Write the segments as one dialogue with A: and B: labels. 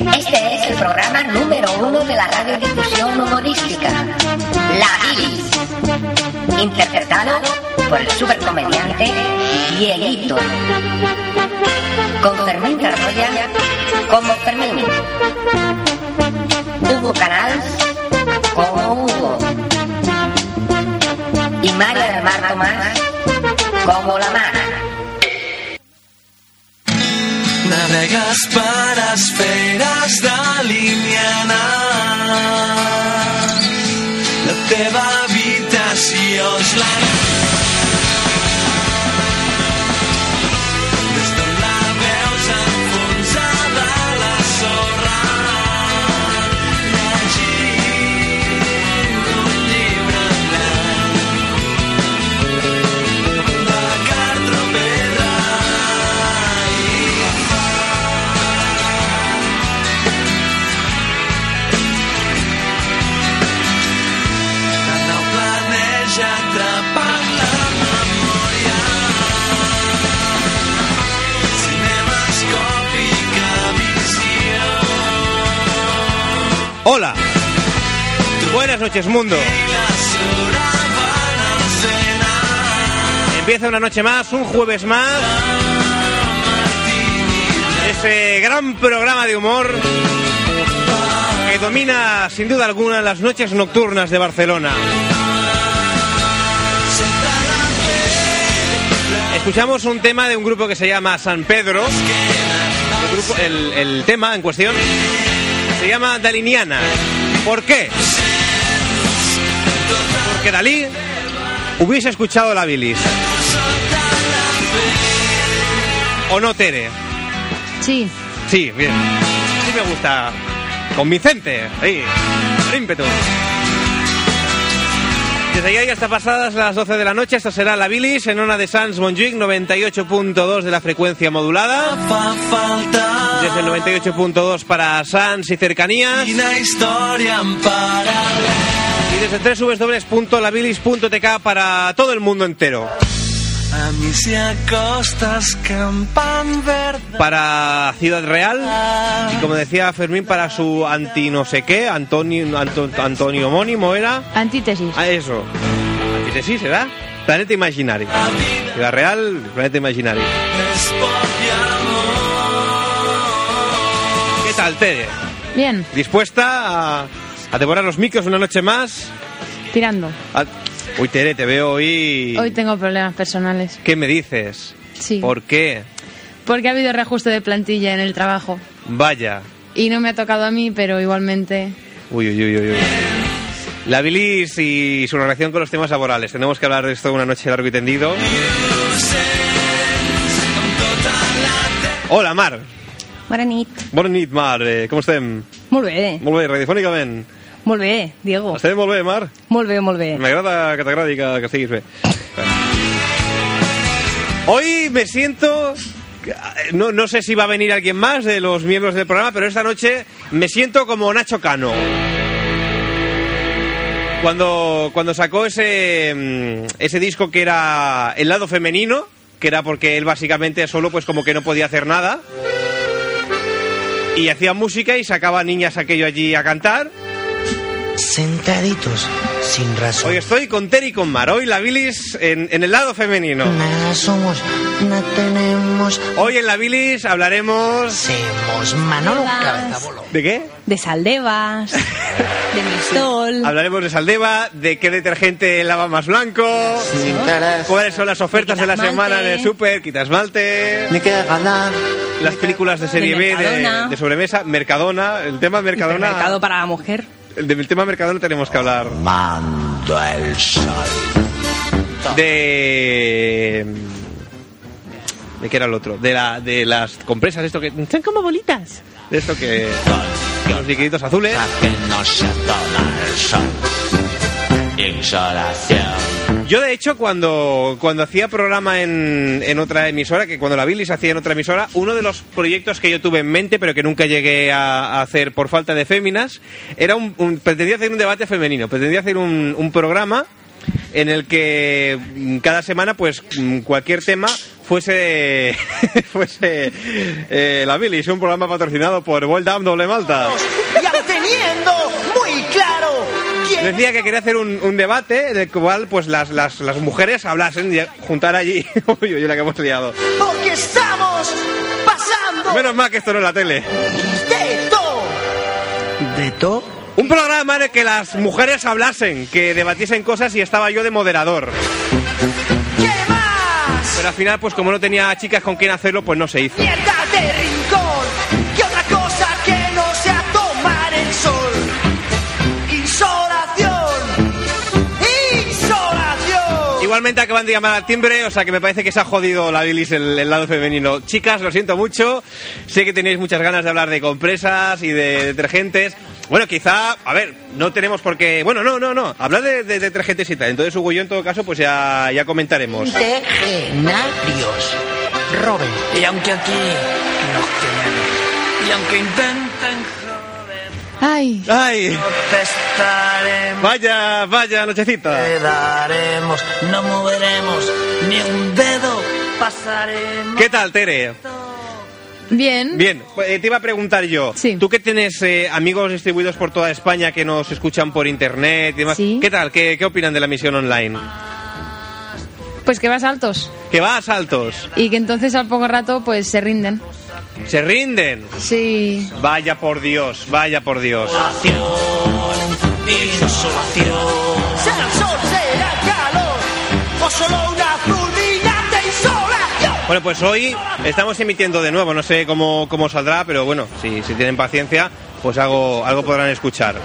A: Este es el programa número uno de la radiodifusión humorística, La Bilis, interpretado por el supercomediante Dieguito, con Fermín Carroya como Fermín, Hugo Canals como Hugo y María del Mar Tomás como la Mara.
B: Navegas para esferas dalinianas La teva habitació és la Des d'on la veus enfonsada a la sorra Llegint un llibre blanc de Cartro Pedra i Tant el planeja atrapant la memòria. Cinemascòpica visió.
C: Hola. Buenas noches, mundo.
B: La sobraven al cenar.
C: Empieza una noche más, un jueves más. Ese gran programa de humor que domina sin duda alguna las noches nocturnas de Barcelona.
B: Sota la pell
C: Escuchamos un tema de un grupo que se llama San Pedro. El, grupo- el- el tema en cuestión se llama Daliniana. ¿Por qué? Porque Dalí hubiese escuchado la bilis. ¿O no, Tere?
D: Sí,
C: Sí, bien. Sí me gusta. Convincente. Ahí. Con ímpetu. Desde ayer y hasta pasadas las 12 de la noche, esta será la bilis en una de Sans Montjuic 98.2 de la frecuencia modulada.
B: fa falta.
C: Desde el 98.2 para Sans y cercanías.
B: Quina història en paral·lel.
C: Y desde www.labilis.tk para todo el mundo entero.
B: A mi s'hi acosta escampant verda.
C: Para Ciudad Real. Y como decía Fermín, para su anti no sé qué, Antonio, Anto- Antonio homónimo era.
D: antítesis.
C: Ah, eso. Antítesis, ¿verdad? Planeta imaginario.
B: La vida
C: Ciudad Real, planeta imaginario.
B: és poc i amor.
C: ¿Qué tal, Tere?
D: Bien,
C: ¿Dispuesta a, a devorar los micros una noche más?
D: tirando.
C: A- Uy, Tere, te veo hoy...
D: Hoy tengo problemas personales.
C: ¿Qué me dices?
D: Sí.
C: ¿Por qué?
D: Porque ha habido reajuste de plantilla en el trabajo.
C: Vaya.
D: Y no me ha tocado a mí, pero igualmente.
C: Uy, uy, uy, uy. uy. La bilis y su relación con los temas laborales. Tenemos que hablar de esto una noche largo y tendido. Hola, Mar.
E: Bona nit.
C: Bona nit, Mar. Eh, Com estem?
E: Molt bé,
C: Molt bé, radiofònicament.
E: molt bé, Diego.
C: Estem molt bé, Mar.
E: Molt bé, molt bé.
C: M'agrada que t'agradi que, que estiguis bé. Hoy me siento... No, no sé si va a venir alguien más de los miembros del programa, pero esta noche me siento como Nacho Cano. Cuando, cuando sacó ese, mm, ese disco que era el lado femenino, que era porque él básicamente solo pues como que no podía hacer nada, y hacía música y sacaba niñas aquello allí a cantar,
F: Sentaditos, sin razón.
C: Hoy estoy con Terry y con Mar. Hoy la bilis en, en el lado femenino.
F: Nada somos, nada tenemos.
C: Hoy en la bilis hablaremos...
F: Hacemos Manolo
E: Hola.
F: Cabezabolo.
C: ¿De qué?
E: De Saldebas, de Mistol...
C: Hablaremos de Saldeva, de qué detergente lava más blanco, cuáles son las ofertas de la
E: Quita esmalte.
C: semana en el súper, quita esmalte,
F: Me queda ganar.
C: las películas de serie
E: De
C: B de,
E: Mercadona.
C: de sobremesa, Mercadona, el tema
E: Mercado
C: Mercadona...
E: para la mujer.
C: El del tema Mercadona tenemos que hablar.
F: Mando el sol.
C: De... ¿De qué era el otro? De, la, de las compresas, esto que... Son como bolitas. De esto que... Los liquiditos azules.
F: Que no se toma el sol. Insolación.
C: Yo, de hecho, cuando, cuando hacía programa en, en otra emisora, que cuando la Bilis hacía en otra emisora, uno de los proyectos que yo tuve en mente, pero que nunca llegué a, a hacer por falta de féminas, era un, un- pretendía hacer un debate femenino, pretendía hacer un, un programa en el que mm, cada semana, pues, mm, cualquier tema fuese, fuese eh, la bilis, un programa patrocinado por Voldam Doble Malta.
G: y teniendo muy claro quién
C: Decía que quería hacer un, un debate en el cual pues las, las, las mujeres hablasen y juntar allí. Uy, uy, la que hemos liado.
G: porque estamos pasando
C: Menos mal que esto no es la tele.
G: de todo.
H: ¿De todo?
C: Un programa en el que las mujeres hablasen, que debatiesen cosas y estaba yo de moderador.
G: ¿Qué más?
C: Pero al final, pues como no tenía chicas con quien hacerlo, pues no se hizo.
G: Mierda de rincón. ¿Qué otra cosa que no sea tomar el sol? Insolación. Insolación.
C: Igualmente acaban de llamar al timbre, o sea que me parece que se ha jodido la bilis el, el lado femenino. Chicas, lo siento mucho. Sé que tenéis muchas ganas de hablar de compresas y de detergentes. Bueno, quizá, a ver, no tenemos por qué. Bueno, no, no, no. Hablar de, de detergentes y tal. Entonces, Hugo, yo en todo caso, pues ya, ya comentaremos.
H: De genarios. Robert.
B: Y aunque aquí nos quememos, y aunque intenten
D: Ay,
C: ¡Ay!
B: protestaremos,
C: Vaya, vaya, nochecita.
B: quedaremos, no moveremos ni un dedo, pasaremos.
C: ¿Qué tal, Tere?
D: bien.
C: Bien, pues, eh, te iba a preguntar yo.
D: Sí.
C: Tú que tienes eh, amigos distribuidos por toda España que nos escuchan por internet y demás.
D: Sí.
C: ¿Qué tal? ¿Qué, ¿Qué opinan de la misión online?
D: Pues que vas altos.
C: Que va a saltos.
D: Y que entonces al poco rato pues se rinden.
C: Se rinden.
D: Sí.
C: Vaya por Dios, vaya por Dios.
G: ¿Será el sol, será el calor? ¿O solo una fulminante insolación?
C: Bueno, pues hoy estamos emitiendo de nuevo. No sé cómo, cómo saldrá, pero bueno, si, si tienen paciencia, pues algo, algo podrán escuchar.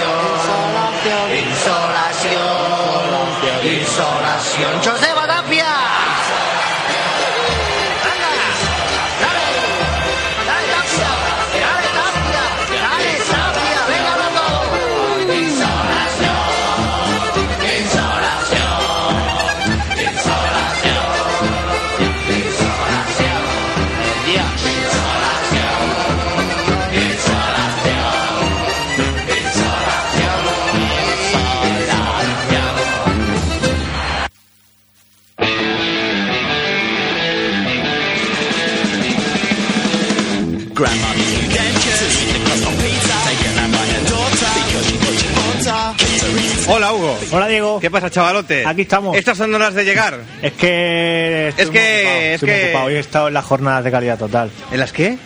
F: Insolación, insolación, insolación. Joseba Tapia.
C: Hola, Hugo.
H: Hola, Diego.
C: ¿Qué pasa, chavalote?
H: Aquí estamos.
C: Estas son horas de llegar.
H: Es que. estoy
C: Es
H: muy
C: que-
H: ocupado,
C: es
H: estoy
C: que-
H: muy ocupado. Hoy he estado en las jornadas de calidad total.
C: ¿En las qué?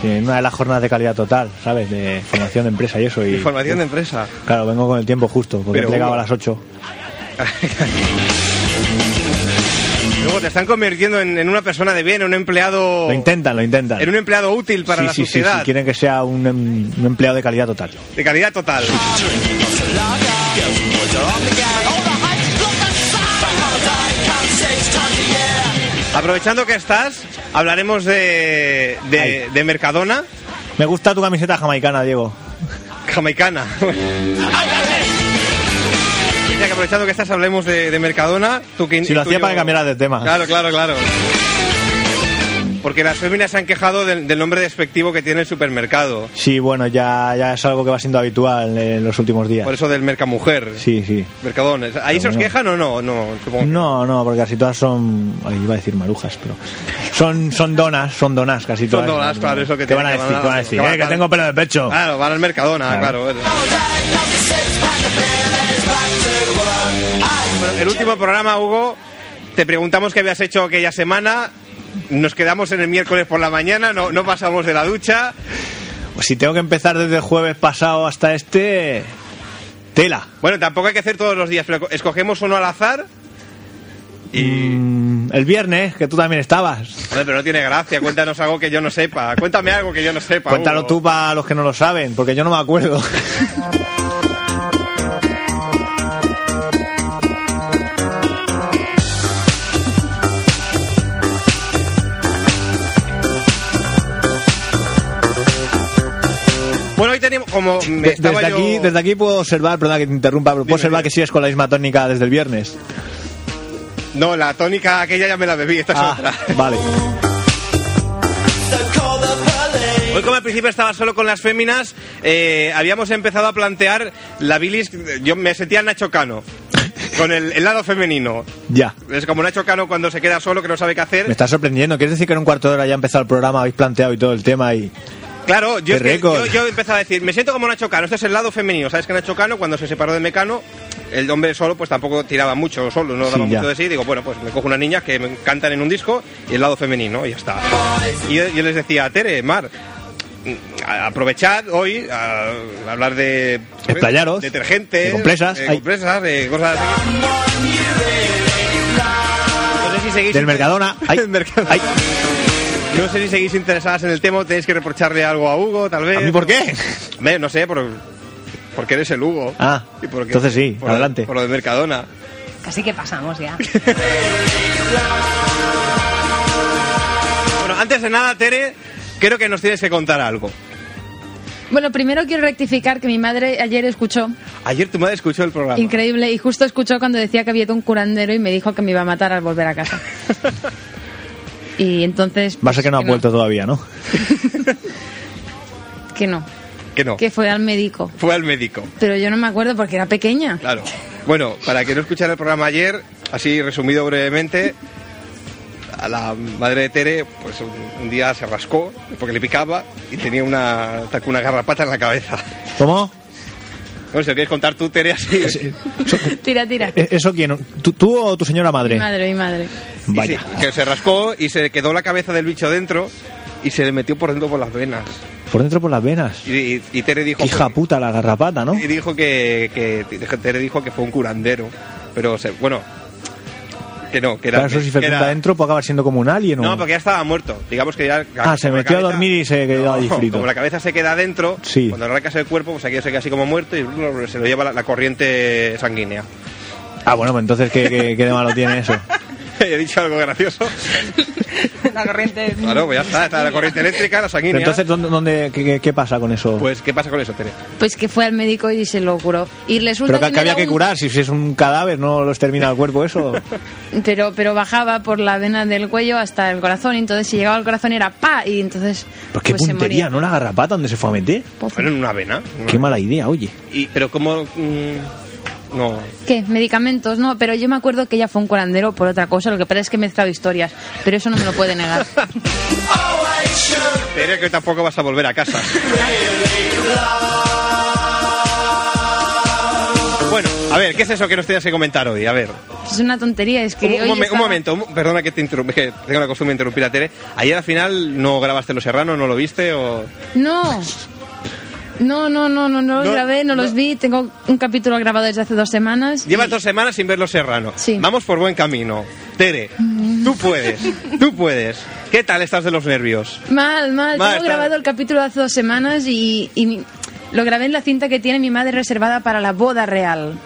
H: Sí, en una de las jornadas de calidad total, ¿sabes? De formación de empresa y eso. Y,
C: Información de empresa.
H: Claro, vengo con el tiempo justo, porque
C: Pero,
H: he llegado a
C: Hugo.
H: las 8.
C: Luego te están convirtiendo en, en una persona de bien, en un empleado.
H: Lo intentan, lo intentan.
C: En un empleado útil Oh. para
H: sí,
C: la
H: sí, sí,
C: sociedad.
H: sí, quieren que sea un, em- un empleado de calidad total.
C: De calidad total. Aprovechando que estás, hablaremos de, de, de Mercadona
H: Me gusta tu camiseta jamaicana, Diego.
C: jamaicana. Decía que aprovechando que estás, hablemos de, de Mercadona. Tú que
H: Si lo hacía
C: tú y yo-
H: para que cambiaras de tema.
C: Claro, claro, claro. Porque las féminas se han quejado del, del nombre despectivo que tiene el supermercado.
H: Sí, bueno, ya, ya es algo que va siendo habitual en los últimos días.
C: Por eso del mercamujer.
H: Sí, sí.
C: Mercadones. ¿Ahí
H: Pero
C: se os
H: no.
C: quejan o no? No, supongo.
H: No, no, porque casi todas son. Ay, iba a decir marujas, pero. Son, son donas, son donas casi
C: Son
H: todas.
C: donas, claro, eso que
H: te
C: tiene
H: van a
C: que
H: decir,
C: van a-
H: te van a decir.
C: que van a- Ah.
H: "Eh, que tengo pelo en el pecho.
C: Claro, van al Mercadona, claro.
H: Claro.
C: Bueno, El último programa, Hugo, te preguntamos qué habías hecho aquella semana. Nos quedamos en el miércoles por la mañana, no, no pasamos de la ducha.
H: Pues si tengo que empezar desde el jueves pasado hasta este. Tela.
C: Bueno, tampoco hay que hacer todos los días, pero escogemos uno al azar. Y.
H: Mm, El viernes, que tú también estabas.
C: Joder, pero no tiene gracia, cuéntanos algo que yo no sepa. Cuéntame algo que yo no sepa.
H: Cuéntalo
C: Hugo.
H: tú para los que no lo saben, porque yo no me acuerdo.
C: Bueno, hoy tenemos como... me
H: De-
C: estaba
H: desde,
C: yo-
H: aquí, desde aquí puedo observar, perdona que te interrumpa, pero puedo
C: Dime,
H: observar
C: dime.
H: que sigues con la misma tónica desde el viernes.
C: No, la tónica aquella ya me la bebí, esta es
H: Ah,
C: otra.
H: vale.
C: Hoy como al principio estaba solo con las féminas, eh, habíamos empezado a plantear la bilis... Yo me sentía Nacho Cano, con el, el lado femenino.
H: Ya.
C: Es como Nacho Cano cuando se queda solo, que no sabe qué hacer.
H: Me está sorprendiendo. ¿Quieres decir que en un cuarto de hora ya ha empezado el programa, habéis planteado y todo el tema y...
C: Claro, yo,
H: Qué
C: es que- yo,
H: récord.
C: yo empezaba a decir, me siento como Nacho Cano, este es el lado femenino. Sabes que Nacho Cano, cuando se separó de Mecano, el hombre solo pues tampoco tiraba mucho, solo, no
H: Sí,
C: daba
H: ya.
C: mucho de sí. Digo, bueno, pues me cojo una niña que me cantan en un disco y el lado femenino, y ya está. Y yo, yo les decía, Tere, Mar, mm, a- aprovechad hoy a, a hablar de...
H: Explayaros,
C: Detergentes.
H: de compresas,
C: De
H: ay.
C: compresas, de cosas así. No sé si seguís
H: Del
C: inter-
H: Mercadona. Ay,
C: Del Mercadona.
H: ay.
C: No sé si seguís interesadas en el tema o tenéis que reprocharle algo a Hugo, tal vez.
H: ¿A mí por qué?
C: Hombre, no sé, por- porque eres el Hugo.
H: Ah, entonces sí,
C: por-
H: adelante.
C: Por lo de Mercadona.
E: Casi que pasamos ya.
C: Bueno, antes de nada, Tere, creo que nos tienes que contar algo.
D: Bueno, primero quiero rectificar que mi madre ayer escuchó,
C: Ayer tu madre escuchó el programa.
D: increíble, y justo escuchó cuando decía que había ido un curandero y me dijo que me iba a matar al volver a casa. Y entonces...
H: Va a
D: pues,
H: ser que no ha vuelto todavía, ¿no?
D: Que no,
C: Que no.
D: que fue al médico.
C: Fue al médico.
D: Pero yo no me acuerdo porque era pequeña.
C: Claro. Bueno, para que no escuchara el programa ayer, así resumido brevemente, a la madre de Tere, pues un, un día se rascó porque le picaba y tenía una, sacó una garrapata en la cabeza.
H: ¿Cómo?
C: Bueno, si lo quieres contar tú, Tere, así.
D: Tira, tira.
H: ¿E- ¿Eso quién? ¿Tú, tú o tu señora
D: Mi
H: madre?
D: madre, mi madre.
C: Y
H: Vaya.
C: sí, que se rascó y se quedó la cabeza del bicho dentro y se le metió por dentro por las venas.
H: Por dentro por las venas.
C: Y, y- y Tere dijo...
H: Qué Hija puta la garrapata, ¿no?
C: Y dijo que, que- Tere dijo que fue un curandero. Pero, se- bueno, que no, que era...
H: Claro, eso si
C: que
H: fecunda
C: era-
H: dentro puede acabar siendo como un alien o...
C: No, porque ya estaba muerto. Digamos que ya...
H: Ah, se
C: como la
H: metió a dormir y se quedó ahí frito.
C: Como la cabeza se queda dentro,
H: Sí.
C: cuando arrancas el cuerpo, pues aquí se queda así como muerto y se lo lleva la, la corriente sanguínea.
H: Ah, bueno, pues entonces ¿qué, qué, qué de malo tiene eso.
C: He dicho algo gracioso.
E: la corriente.
C: Claro, pues ya está, está la corriente eléctrica, la
H: Pero
C: sanguínea.
H: entonces, ¿dónde, dónde- qué, qué- qué pasa con eso?
C: Pues, ¿qué pasa con eso, Tere?
D: Pues que fue al médico y se lo curó. Y resulta
H: Pero
C: Pues
H: que, que
D: me
H: había
D: da
H: que
D: un-
H: curar, si, si es un cadáver no los termina el cuerpo eso.
D: Pero, pero bajaba por la vena del cuello hasta el corazón. Y entonces si llegaba al corazón era pa. Y entonces
H: Pero qué
D: pues, se moría.
H: puntería, ¿no? La garrapata donde se fue a meter.
D: Pues,
C: Bueno, en una vena.
H: Qué mala idea, oye.
C: Y, pero como... mm, no.
D: ¿Qué? Medicamentos, no, pero yo me acuerdo que ella fue un curandero por otra cosa, lo que pasa es que he mezclado historias, pero eso no me lo puede negar.
C: Pero que tampoco vas a volver a casa. Bueno, a ver, ¿qué es eso que nos tienes que comentar hoy? A ver,
D: Es una tontería, es que
C: un, un
D: hoy
C: momen- un
D: estaba-
C: momento, un- perdona que te interrumpa, que tengo la costumbre de interrumpir a Tere. Ayer al final no grabaste Los Serranos, no lo viste o...
D: No. No, no, no, no, no los
C: No,
D: grabé, no, los
C: no.
D: vi, tengo un capítulo grabado desde hace dos semanas.
C: Llevas dos semanas sin ver Los Serranos.
D: Sí.
C: Vamos por buen camino. Tere, tú puedes, tú puedes. ¿Qué tal estás de los nervios?
D: Mal, mal,
C: Mal,
D: tengo
C: está-
D: grabado el capítulo hace dos semanas y, y mi- lo grabé en la cinta que tiene mi madre reservada para la boda real.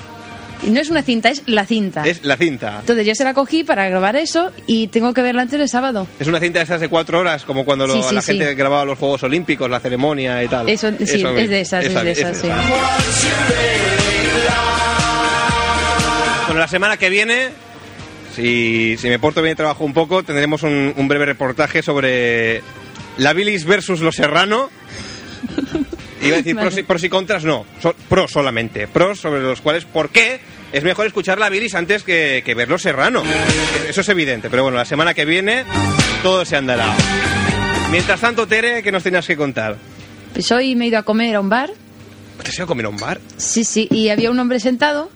D: Y no es una cinta, es la cinta.
C: Es la cinta.
D: Entonces yo se la cogí para grabar eso y tengo que verla antes del sábado.
C: Es una cinta de esas de cuatro horas, como cuando lo-
D: Sí, sí,
C: la gente
D: sí.
C: grababa los Juegos Olímpicos, la ceremonia y tal.
D: Eso, sí, es de esas, es de
C: esa-
D: esas, sí.
C: Bueno, la semana que viene, si, si me porto bien y trabajo un poco, tendremos un, un breve reportaje sobre la bilis versus lo serrano. Iba a decir pros, y, pros y contras, no, so- pros solamente. Pros sobre los cuales, ¿por qué? Es mejor escuchar la bilis antes que, que ver lo serrano. Eso es evidente, pero bueno, la semana que viene todo se andará. Mientras tanto, Tere, ¿qué nos tenías que contar?
D: Pues hoy me he ido a comer a un bar,
C: ¿Te has ido a comer a un bar?
D: sí, sí, y había un hombre sentado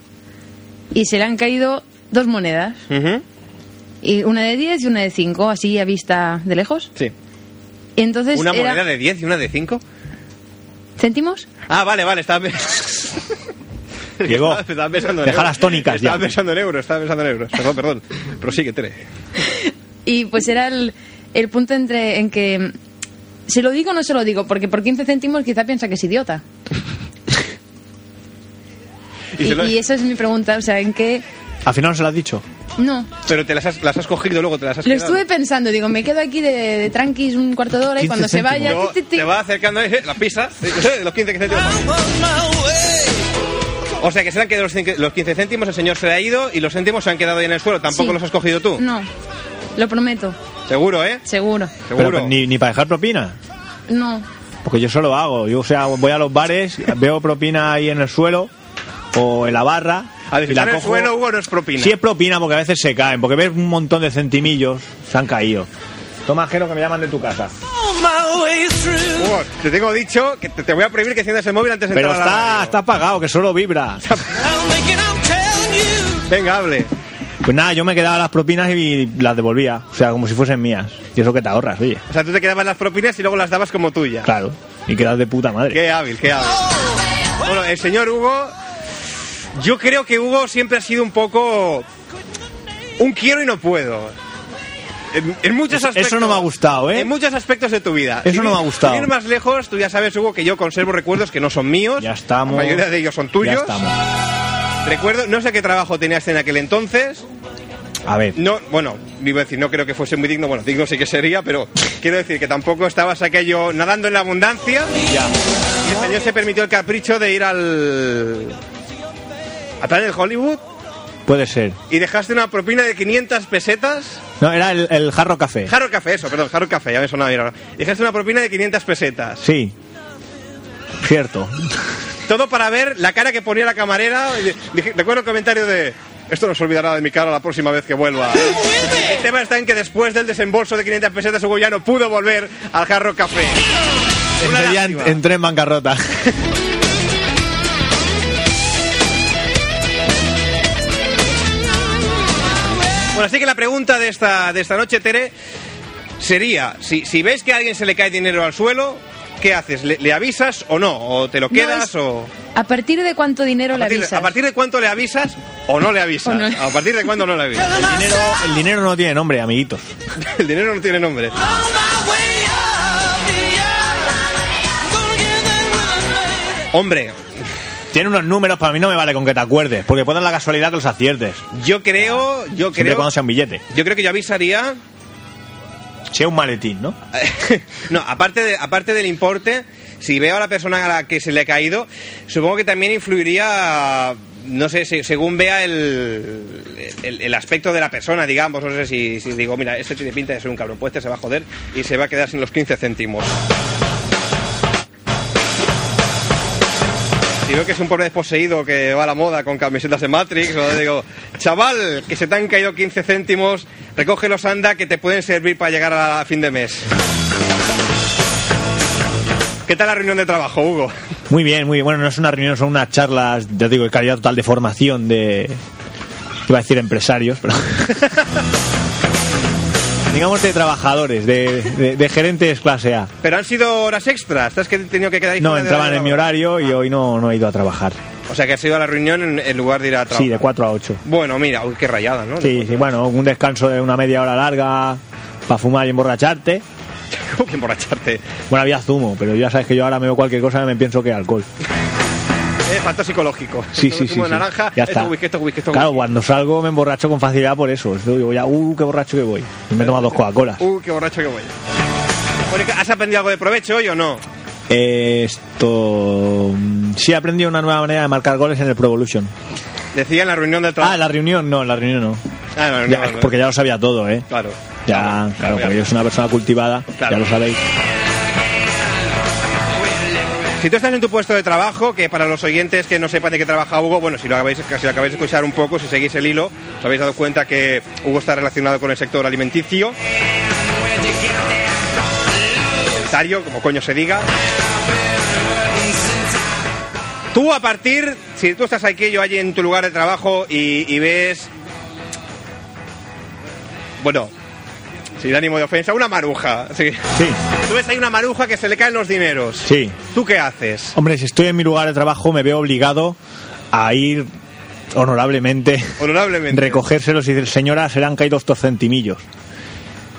D: y se le han caído dos monedas,
C: Ujú.
D: y una de 10 y una de 5, así a vista de lejos.
C: Sí.
D: Y entonces
C: ¿Una
D: era-
C: moneda de 10 y una de 5?
D: ¿Céntimos?
C: Ah, vale, vale, estaba, pe-
H: Llegó.
C: estaba- estaba pensando en
H: Deja
C: euros.
H: las tónicas
C: Estaba
H: ya.
C: pensando en euros, estaba pensando en euros. Perdón, perdón. Prosigue, Tere.
D: Y pues era el, el punto entre en que se lo digo o no se lo digo, porque por 15 céntimos quizá piensa que es idiota.
C: Y
D: Y,
C: se lo-
D: y esa es mi pregunta, o sea, ¿en qué?
H: Al final no se lo has dicho.
D: No.
C: Pero te las has, las has cogido luego, te las has
D: Lo
C: quedado.
D: estuve pensando, digo, me quedo aquí de, de tranquis un cuarto de hora y
H: 15
D: cuando se vaya...
C: Luego
D: ti, ti, ti.
C: te va acercando eh, la pisa, eh, los 15 céntimos.
B: I'm on my way.
C: O sea que serán que de los, cinque- los 15 céntimos el señor se le ha ido y los céntimos se han quedado ahí en el suelo. Tampoco
D: Sí.
C: los has cogido tú.
D: No, lo prometo,
C: Seguro, ¿eh?
D: seguro.
C: Seguro.
H: Pero ni, ni para dejar propina.
D: No,
H: Porque yo solo hago. Yo, o sea, voy a los bares, veo propina ahí en el suelo o en la barra.
C: A ver,
H: y la
C: en el
H: cojo.
C: suelo, Hugo, no es propina.
H: Sí es propina porque a veces se caen, porque ves un montón de centimillos, se han caído. Toma, Jero, que me llaman de tu casa.
B: On my way through.
C: Hugo, te tengo dicho que te, te voy a prohibir que enciendas el móvil antes de
H: Pero
C: entrar a la
H: está,
C: radio.
H: está apagado, que solo vibra.
B: I'm making, I'm telling you.
C: Venga, hable.
H: Pues nada, yo me quedaba las propinas y las devolvía. O sea, como si fuesen mías. Y eso que te ahorras, oye.
C: O sea, tú te quedabas las propinas y luego las dabas como tuya.
H: Claro. Y quedas de puta madre.
C: Qué hábil, qué hábil. Bueno, el señor Hugo. Yo creo que Hugo siempre ha sido un poco. Un quiero y no puedo. En, en muchos
H: Eso- eso
C: aspectos.
H: no me ha gustado, ¿eh?
C: En muchos aspectos de tu vida.
H: Eso no me ha
C: ir-
H: gustado.
C: Ir más lejos, tú ya sabes, Hugo, que yo conservo recuerdos que no son míos.
H: Ya estamos.
C: La mayoría de ellos son tuyos.
H: Ya estamos.
C: Recuerdo, no sé qué trabajo tenías en aquel entonces.
H: A ver.
C: No, bueno, iba a decir, no creo que fuese muy digno. Bueno, digno sí que sería, pero quiero decir que tampoco estabas aquello nadando en la abundancia.
H: Ya.
C: Y el señor se permitió el capricho de ir al. a Planet Hollywood
H: Puede ser.
C: y dejaste una propina de 500 pesetas.
H: No, era el, el jarro café.
C: Harold Café, eso, perdón, Harold Café, ya me sonaba bien ahora. Dejaste una propina de 500 pesetas.
H: Sí. Cierto.
C: Todo para ver la cara que ponía la camarera. Dije- Recuerdo el comentario de. Esto no se olvidará de mi cara la próxima vez que vuelva. El tema está en que después del desembolso de 500 pesetas, Hugo ya no pudo volver al Jarro Café. Una
H: Ese día
C: lástima.
H: entré en bancarrota.
C: Bueno, así que la pregunta de esta, de esta noche, Tere, sería: si, si ves que a alguien se le cae dinero al suelo, ¿qué haces? ¿Le, le avisas o no? ¿O te lo
D: No,
C: quedas
D: es-
C: o.?
D: ¿a partir de cuánto dinero
C: A
D: le
C: partir, de-
D: avisas?
C: a partir de cuánto le avisas o no le avisas?
D: O no.
C: ¿A partir de cuándo no le avisas?
H: El dinero, el dinero no tiene nombre, amiguitos.
C: El dinero no tiene nombre.
B: On my way up the yard. I'm gonna get that running, baby.
C: Hombre,
H: Tiene unos números, para mí no me vale con que te acuerdes, porque puede dar la casualidad que los aciertes.
C: yo creo. Yo
H: Siempre y
C: creo.
H: cuando sea un billete.
C: Yo creo que yo avisaría.
H: Sea un maletín, ¿no?
C: no, aparte, de, aparte del importe, si veo a la persona a la que se le ha caído, supongo que también influiría, no sé, se- según vea el, el, el aspecto de la persona, digamos. No sé si, si digo, mira, este tiene pinta de ser un cabrón, pues este se va a joder y se va a quedar sin los 15 céntimos. Si veo que es un pobre desposeído que va a la moda con camisetas de Matrix, o digo, chaval, que se te han caído 15 céntimos, recógelos, anda, que te pueden servir para llegar a fin de mes. ¿Qué tal la reunión de trabajo, Hugo?
H: Muy bien, muy bien. Bueno, no es una reunión, son unas charlas, ya digo, de calidad total de formación de. Iba a decir empresarios, pero. Digamos de trabajadores, de, de- de gerentes clase A.
C: Pero han sido horas extras, ¿estás que he tenido que quedar ahí
H: No,
C: fuera de
H: entraban
C: la-
H: en mi horario y hoy no, no he ido a trabajar.
C: O sea que has ido a la reunión en, en lugar de ir a trabajar.
H: Sí, de 4 a 8.
C: Bueno, mira, uy, qué rayada, ¿no?
H: Sí, sí, bueno, un descanso de una media hora larga para fumar y emborracharte.
C: ¿Cómo que emborracharte?
H: Bueno, había zumo, pero ya sabes que yo ahora me veo cualquier cosa y me pienso que es alcohol.
C: Eh, factor psicológico.
H: Sí,
C: Esto
H: sí,
C: es
H: sí.
C: zumo de
H: sí.
C: naranja,
H: Ya
C: esto
H: está.
C: whisky, esto whisky, esto
H: Claro,
C: whisky.
H: cuando salgo me emborracho con facilidad por eso. Esto digo ya, uh, qué borracho que voy. Y me he tomado dos Coca-Colas.
C: Uh, qué borracho que voy. Mónica, ¿has aprendido algo de provecho hoy o no?
H: Eh, Esto. mm, Sí, he aprendido una nueva manera de marcar goles en el Pro Evolution.
C: Decía en la reunión de trabajo.
H: Ah, en la reunión no, en la reunión no.
C: Ah, no, no,
H: Ya,
C: no, no.
H: porque ya lo sabía todo, ¿eh?
C: Claro.
H: Ya, claro, porque yo soy una persona cultivada,
C: Claro.
H: ya lo sabéis.
C: Si tú estás en tu puesto de trabajo, que para los oyentes que no sepan de qué trabaja Hugo, bueno, si lo acabáis, si lo acabáis de escuchar un poco, si seguís el hilo, os habéis dado cuenta que Hugo está relacionado con el sector alimenticio. Alimentario, como coño se diga. Tú a partir, si tú estás aquí yo allí en tu lugar de trabajo y, y ves, bueno, sin ánimo de ofensa, una maruja. sí.
H: Sí,
C: Tú ves ahí una maruja que se le caen los dineros.
H: sí.
C: ¿Tú qué haces?
H: Hombre, si estoy en mi lugar de trabajo me veo obligado a ir honorablemente,
C: Honorablemente.
H: recogérselos y decir, señora, serán caídos estos centimillos.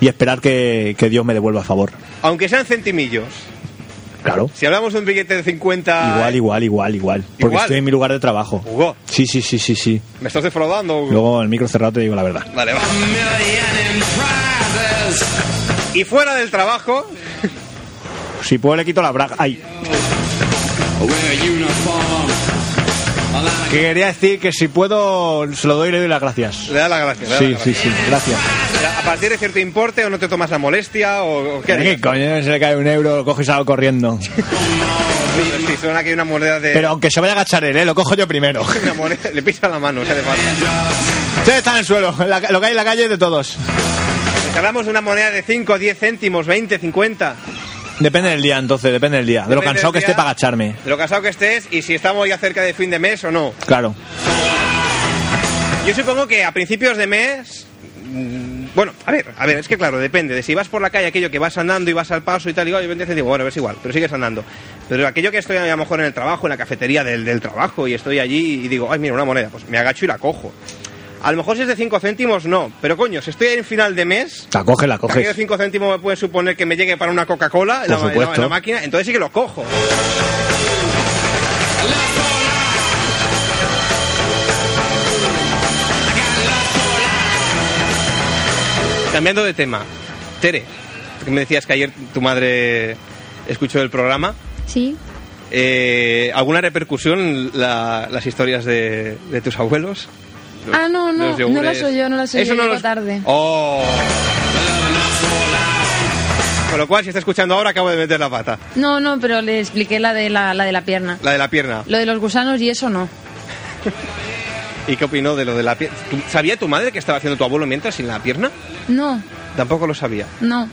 H: Y esperar que, que Dios me devuelva a favor.
C: Aunque sean centimillos.
H: Claro.
C: Si hablamos de un billete de 50...
H: Igual, igual, igual, igual. Porque
C: Igual.
H: estoy en mi lugar de trabajo.
C: Hugo.
H: Sí, sí, sí, sí, sí.
C: ¿Me estás defraudando? Hugo?
H: Luego en el micro cerrado te digo la verdad.
C: Vale, va. Y fuera del trabajo,
H: Si puedo le quito la braga. Ay. Que quería decir que si puedo se lo doy y le doy las gracias.
C: le da la gracia. le da
H: Sí,
C: la
H: sí,
C: gracia.
H: sí, gracias.
C: A partir de cierto importe, o no te tomas la molestia, o, o qué harías?
H: ¿Qué coño? Se le cae un euro, lo cojo y salgo corriendo.
C: Oye, Si suena que hay una moneda de.
H: Pero aunque se vaya a agachar él, ¿eh? lo cojo yo primero.
C: una moneda- le pisa la mano, o sea, de falta.
H: Ustedes están en el suelo, en la ca- lo que hay en la calle es de todos.
C: Si hablamos de una moneda de 5, 10 céntimos, 20, 50.
H: Depende del día, entonces, depende del día. De lo
C: Depende
H: cansado que
C: del
H: esté
C: día,
H: para agacharme.
C: De lo casado que estés y si estamos ya cerca de fin de mes o no.
H: Claro.
C: Yo supongo que a principios de mes. mm, Bueno, a ver, a ver, es que claro, depende de si vas por la calle, aquello que vas andando y vas al paso y tal, y digo, digo, bueno, es igual, pero sigues andando. Pero aquello que estoy a lo mejor en el trabajo, en la cafetería del, del trabajo, y estoy allí y digo, ay, mira, una moneda, pues me agacho y la cojo. A lo mejor si es de 5 céntimos, no, pero coño, si estoy en final de mes,
H: La coges, la
C: aquello de
H: coges.
C: 5 céntimos me puede suponer que me llegue para una Coca-Cola en
H: Por
C: la, en la- en
H: supuesto.
C: la máquina, entonces sí que lo cojo. Cambiando de tema, Tere, que me decías que ayer tu madre escuchó el programa.
I: Sí.
C: eh, ¿Alguna repercusión la- las historias de, de tus abuelos?
D: Ah, no, no,
C: Los
D: no
C: yogures.
D: las oyó, no las oyó,
C: Eso no
D: llegó
C: los-
D: tarde.
C: ¡Oh! Con lo cual, si está escuchando ahora, acabo de meter la pata.
D: No, no, pero le expliqué la de la, la de la pierna.
C: La de la pierna.
D: Lo de los gusanos y eso no.
C: ¿Y qué opinó de lo de la pierna? ¿Sabía tu madre que estaba haciendo tu abuelo mientras sin la pierna?
D: No,
C: Tampoco lo sabía.
D: no.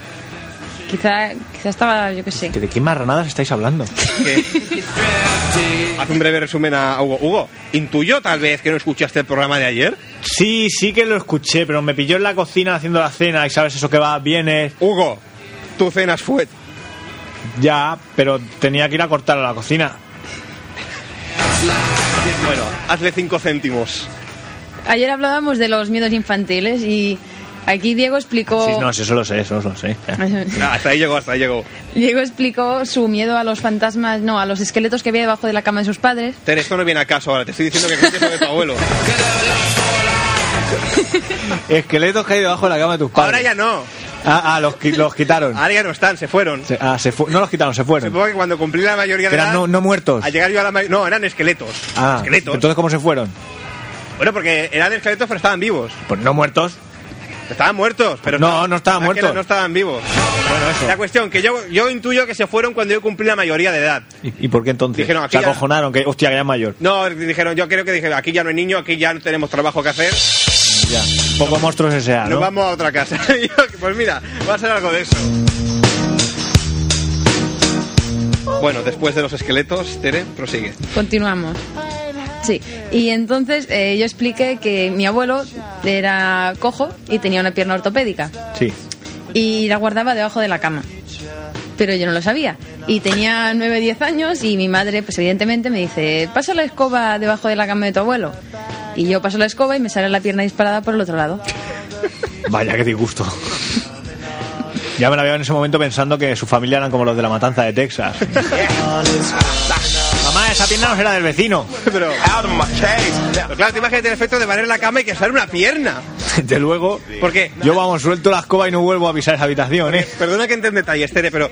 D: Quizá, quizá estaba, yo qué sé.
H: ¿Que ¿De qué marranadas estáis hablando?
C: Que- Haz un breve resumen a Hugo. Hugo, ¿intuyó tal vez que no escuchaste el programa de ayer?
H: Sí, sí que lo escuché, pero me pilló en la cocina haciendo la cena y sabes eso que va, vienes,
C: Hugo, tu cenas fue.
H: ya, pero tenía que ir a cortar a la cocina.
C: Bueno, hazle cinco céntimos.
D: Ayer hablábamos de los miedos infantiles y aquí Diego explicó...
C: Oh.
H: Sí, no, sí, eso lo sé, eso lo sé.
C: Ah, hasta ahí llegó, hasta ahí llegó.
D: Diego explicó su miedo a los fantasmas, no, a los esqueletos que había debajo de la cama de sus padres.
C: Tere, esto no viene a caso ahora. Te estoy diciendo que cuentes lo de tu abuelo.
H: Esqueletos que hay debajo de la cama de tus padres.
C: Ahora ya no.
H: Ah, ah, los, qui- los quitaron.
C: Ahora ya no están, se fueron.
H: Se- ah, se fu- no los quitaron, se fueron.
C: Supongo que cuando cumplí la mayoría de
H: Eran
C: edad,
H: no, no muertos.
C: al llegar yo a la mayoría... No, eran esqueletos.
H: Ah,
C: esqueletos.
H: entonces ¿cómo se fueron?
C: Bueno, porque eran esqueletos pero estaban vivos.
H: Pues no muertos.
C: Estaban muertos, pero...
H: No, no estaban
C: Ah, que
H: muertos.
C: No estaban vivos.
H: Bueno, eso.
C: La cuestión, que yo, yo intuyo que se fueron cuando yo cumplí la mayoría de edad.
H: ¿Y, y por qué entonces?
C: Dijeron, aquí
H: se
C: ya-
H: acojonaron, que hostia, que ya es mayor.
C: No, dijeron, yo creo que dije, aquí ya no hay niño, aquí ya no tenemos trabajo que hacer,
H: Ya. Poco monstruos S.A.,
C: nos
H: ¿no?
C: vamos a otra casa. Y yo, pues mira, va a ser algo de eso. Bueno, después de los esqueletos, Tere, prosigue.
D: Continuamos. Sí, y entonces eh, yo expliqué que mi abuelo era cojo y tenía una pierna ortopédica
H: Sí.
D: y la guardaba debajo de la cama. Pero yo no lo sabía. Y tenía 9, 10 años y mi madre, pues evidentemente, me dice, pasa la escoba debajo de la cama de tu abuelo. Y yo paso la escoba y me sale la pierna disparada por el otro lado.
H: Vaya, qué disgusto. Ya me la veo en ese momento pensando que su familia eran como los de la matanza de Texas. Mamá, esa pierna no será del vecino.
C: Pero, pero claro, te imagínate el efecto de barrer la cama y que sale una pierna.
H: Desde luego,
C: Porque,
H: yo vamos, suelto la escoba y no vuelvo a pisar esa habitación, ¿eh?
C: perdona que entre en detalles, Tere, pero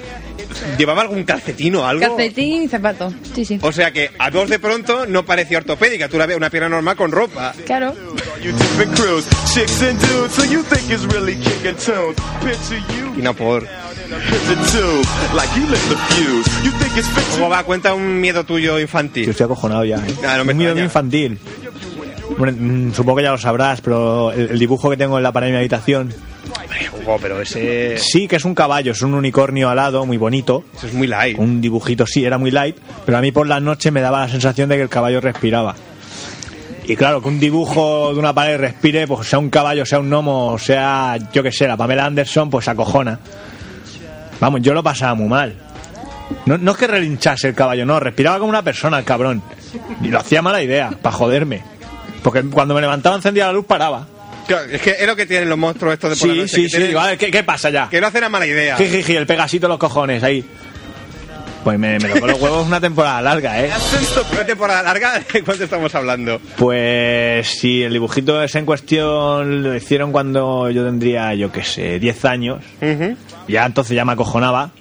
C: ¿llevaba algún calcetín o algo?
D: Calcetín y zapato. Sí, sí.
C: O sea que a dos de pronto no parecía ortopédica, tú la ves una pierna normal con ropa.
D: Claro.
C: Y no por. ¿Cómo va? Cuenta un miedo tuyo
H: Yo
C: infantil.
H: estoy acojonado ya. ¿eh?
C: Ah, no me
H: Un miedo
C: extraña.
H: infantil. Bueno, mm, supongo que ya lo sabrás, pero el, el dibujo que tengo en la pared de mi habitación
C: Hugo, pero ese.
H: sí que es un caballo, es un unicornio alado muy bonito.
C: Eso es muy light.
H: Un dibujito sí, era muy light, pero a mí por la noche me daba la sensación de que el caballo respiraba. Y claro, que un dibujo de una pared respire, pues sea un caballo, sea un gnomo, sea yo que sé, la Pamela Anderson, pues acojona. Vamos, yo lo pasaba muy mal. No, no es que relinchase el caballo, no, respiraba como una persona el cabrón. Y lo hacía mala idea, para joderme. Porque cuando me levantaba encendía la luz paraba.
C: Claro, es que es lo que tienen los monstruos estos de por la
H: Sí,
C: noche,
H: sí,
C: que
H: sí.
C: tienen-
H: digo, a ver, ¿qué, qué pasa ya?
C: Que no hacen a mala idea.
H: Jijiji, el pegasito de los cojones ahí. Pues me, me tocó los huevos una temporada larga, ¿eh?
C: Una temporada larga, ¿de cuánto estamos hablando?
H: Pues si el dibujito ese en cuestión lo hicieron cuando yo tendría, yo qué sé, 10 años,
C: Ujú.
H: ya entonces ya me acojonaba,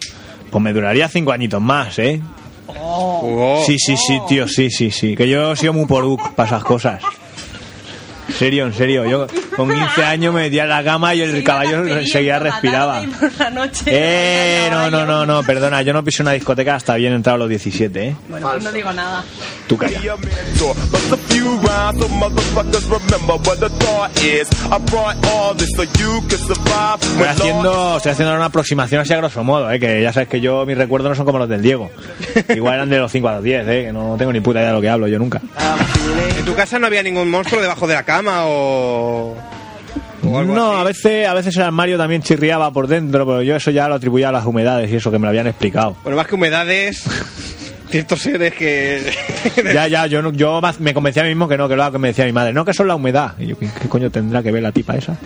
H: pues me duraría 5 añitos más, ¿eh?
C: Oh.
H: Sí, sí, sí, tío, sí, sí, sí. Que yo he sido muy poruc para esas cosas. En serio, en serio. Yo con 15 años me metía en la cama y el caballo seguía respiraba. Eh, no, no, no, no, perdona. Yo no pisé una discoteca hasta bien entrado los 17, ¿eh?
E: Bueno, pues no digo nada.
H: Tú calla.
I: Be a mentor, bust a few rhymes so motherfuckers remember what the thought is. I brought all this so you can survive.
C: pues
H: Estoy haciendo, estoy haciendo una aproximación así a grosso modo, ¿eh? que ya sabes que yo mis recuerdos no son como los del Diego. Igual eran de los 5 a los 10, ¿eh? que no tengo ni puta idea de lo que hablo yo nunca.
C: ¿En tu casa no había ningún monstruo debajo de la cama o.? o algo
H: No,
C: así?
H: a veces, a veces el armario también chirriaba por dentro, pero yo eso ya lo atribuía a las humedades y eso que me lo habían explicado.
C: Bueno, más que humedades, ciertos seres que.
H: Ya, ya, yo, no- yo ma- me convencía a mí mismo que no, que lo que me decía mi madre. No, que son la humedad. Y yo, ¿qué, qué coño tendrá que ver la tipa esa?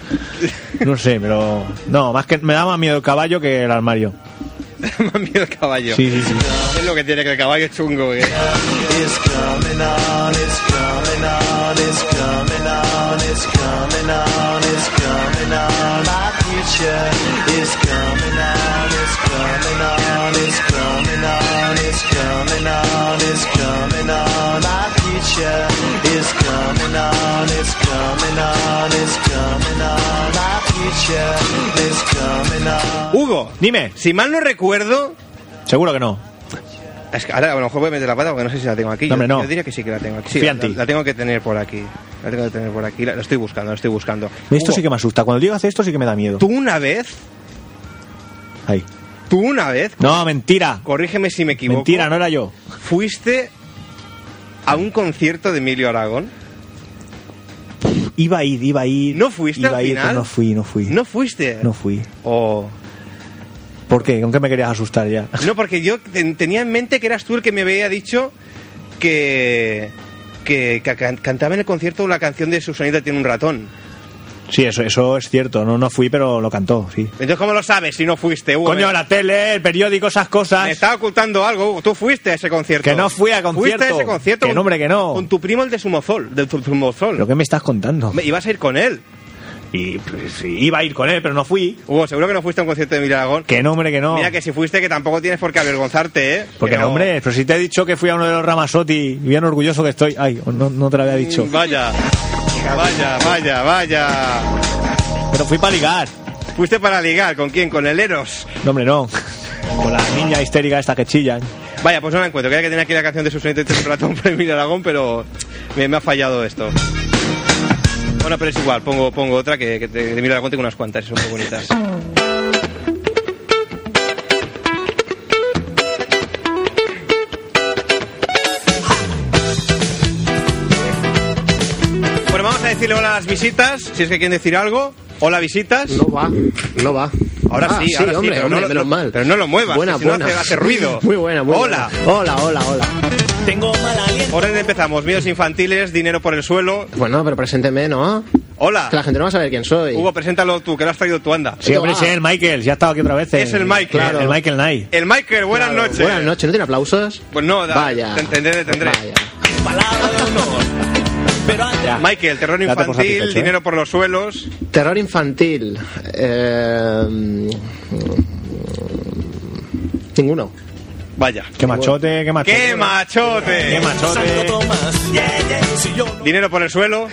H: No sé, pero... No, más que me daba más miedo el caballo que el armario.
C: más miedo el caballo.
H: Sí, sí, sí.
C: Es lo que tiene que el caballo es chungo. ¿eh? Hugo,
H: Dime,
C: si mal no recuerdo.
H: seguro que no.
C: Es que ahora a lo mejor voy a meter la pata porque no sé si la tengo aquí.
H: No, hombre,
C: yo,
H: no.
C: yo diría que sí que la tengo aquí. Sí,
H: Confía
C: la,
H: en ti.
C: la tengo que tener por aquí. La tengo que tener por aquí. La, la estoy buscando, la estoy buscando.
H: Esto
C: Hugo,
H: sí que me asusta. Cuando Diego hace esto sí que me da miedo.
C: Tú una vez,
H: Ahí.
C: tú una vez,
H: No, mentira.
C: corrígeme si me equivoco.
H: Mentira, no era yo.
C: Fuiste a un concierto de Emilio Aragón.
H: Iba a ir, iba a ir.
C: ¿No fuiste
H: Iba
C: al
H: a ir,
C: final?
H: pero no fui, no fui.
C: No fuiste.
H: No fui.
C: Oh.
H: ¿Por qué? ¿Con qué me querías asustar ya?
C: No, porque yo ten- tenía en mente que eras tú el que me había dicho que, que, que can- cantaba en el concierto la canción de Susanita tiene un ratón.
H: Sí, eso, eso es cierto. No, no fui, pero lo cantó, sí.
C: Entonces, ¿cómo lo sabes si no fuiste, Hugo?
H: Coño, la tele, el periódico, esas cosas.
C: Me estaba ocultando algo, Hugo. Tú fuiste a ese concierto.
H: Que no fui a concierto.
C: Fuiste a ese concierto.
H: Que no,
C: con-
H: hombre, que no.
C: Con tu primo, el de Sumozol. Del Zum- Zumozol.
H: ¿Lo que me estás contando?
C: Me- Ibas a ir con él.
H: Y pues, sí, iba a ir con él, pero no fui.
C: Hugo, seguro que no fuiste a un concierto de Emilio Aragón.
H: Que no, hombre, que no.
C: Mira que si fuiste, que tampoco tienes por qué avergonzarte, ¿eh?
H: Porque
C: Que
H: no, hombre, pero si te he dicho que fui a uno de los Ramasotti, bien orgulloso que estoy. Ay, no, no te lo había dicho.
C: Vaya. Vaya, vaya, vaya.
H: Pero fui para ligar.
C: Fuiste para ligar. ¿Con quién? Con el Eros.
H: No, hombre, no. Con la niña histérica esta que chillan.
C: Vaya, pues no la encuentro. Quería que tenía aquí la canción de Susanita y un ratón para Emilio Aragón, pero me, me ha fallado esto. Bueno, pero es igual, pongo, pongo otra que, que de Emilio Aragón tengo unas cuantas, y son muy bonitas. Bueno, vamos a decirle hola a las visitas, si es que quieren decir algo. Hola, visitas.
F: No va, no va.
C: Ahora
F: Ah,
C: sí, ahora sí,
F: hombre,
C: pero no
F: hombre,
C: lo-
F: menos mal.
C: pero no lo muevas,
F: Buena,
C: que si no
F: buena.
C: hace- hace ruido.
F: Muy buena, muy
C: Hola.
F: buena. Hola, hola, hola.
H: Tengo mala
C: Orden empezamos, miedos infantiles, dinero por el suelo.
F: Bueno, pero presénteme, ¿no?
C: Hola.
F: Que la gente no va a saber quién soy.
C: Hugo, preséntalo tú, que lo has traído tú, anda.
H: Sí, hombre, sí, el Michael, ya ha estado aquí otra vez.
C: Es el Michael.
H: Claro. El Michael Knight.
C: El Michael, buenas noches.
F: Buenas noches, ¿no tiene aplausos?
C: Pues no, da-
F: Vaya.
C: te entenderé, te entenderé.
F: Vaya.
H: Ya.
C: Michael, terror
H: Date por
C: infantil,
H: satisfecho, ¿eh?
C: dinero por los suelos.
F: Terror infantil. Eh, ninguno.
C: Vaya.
H: Qué machote, qué machote.
C: ¡Qué machote!
H: Qué machote.
C: Dinero por el suelo.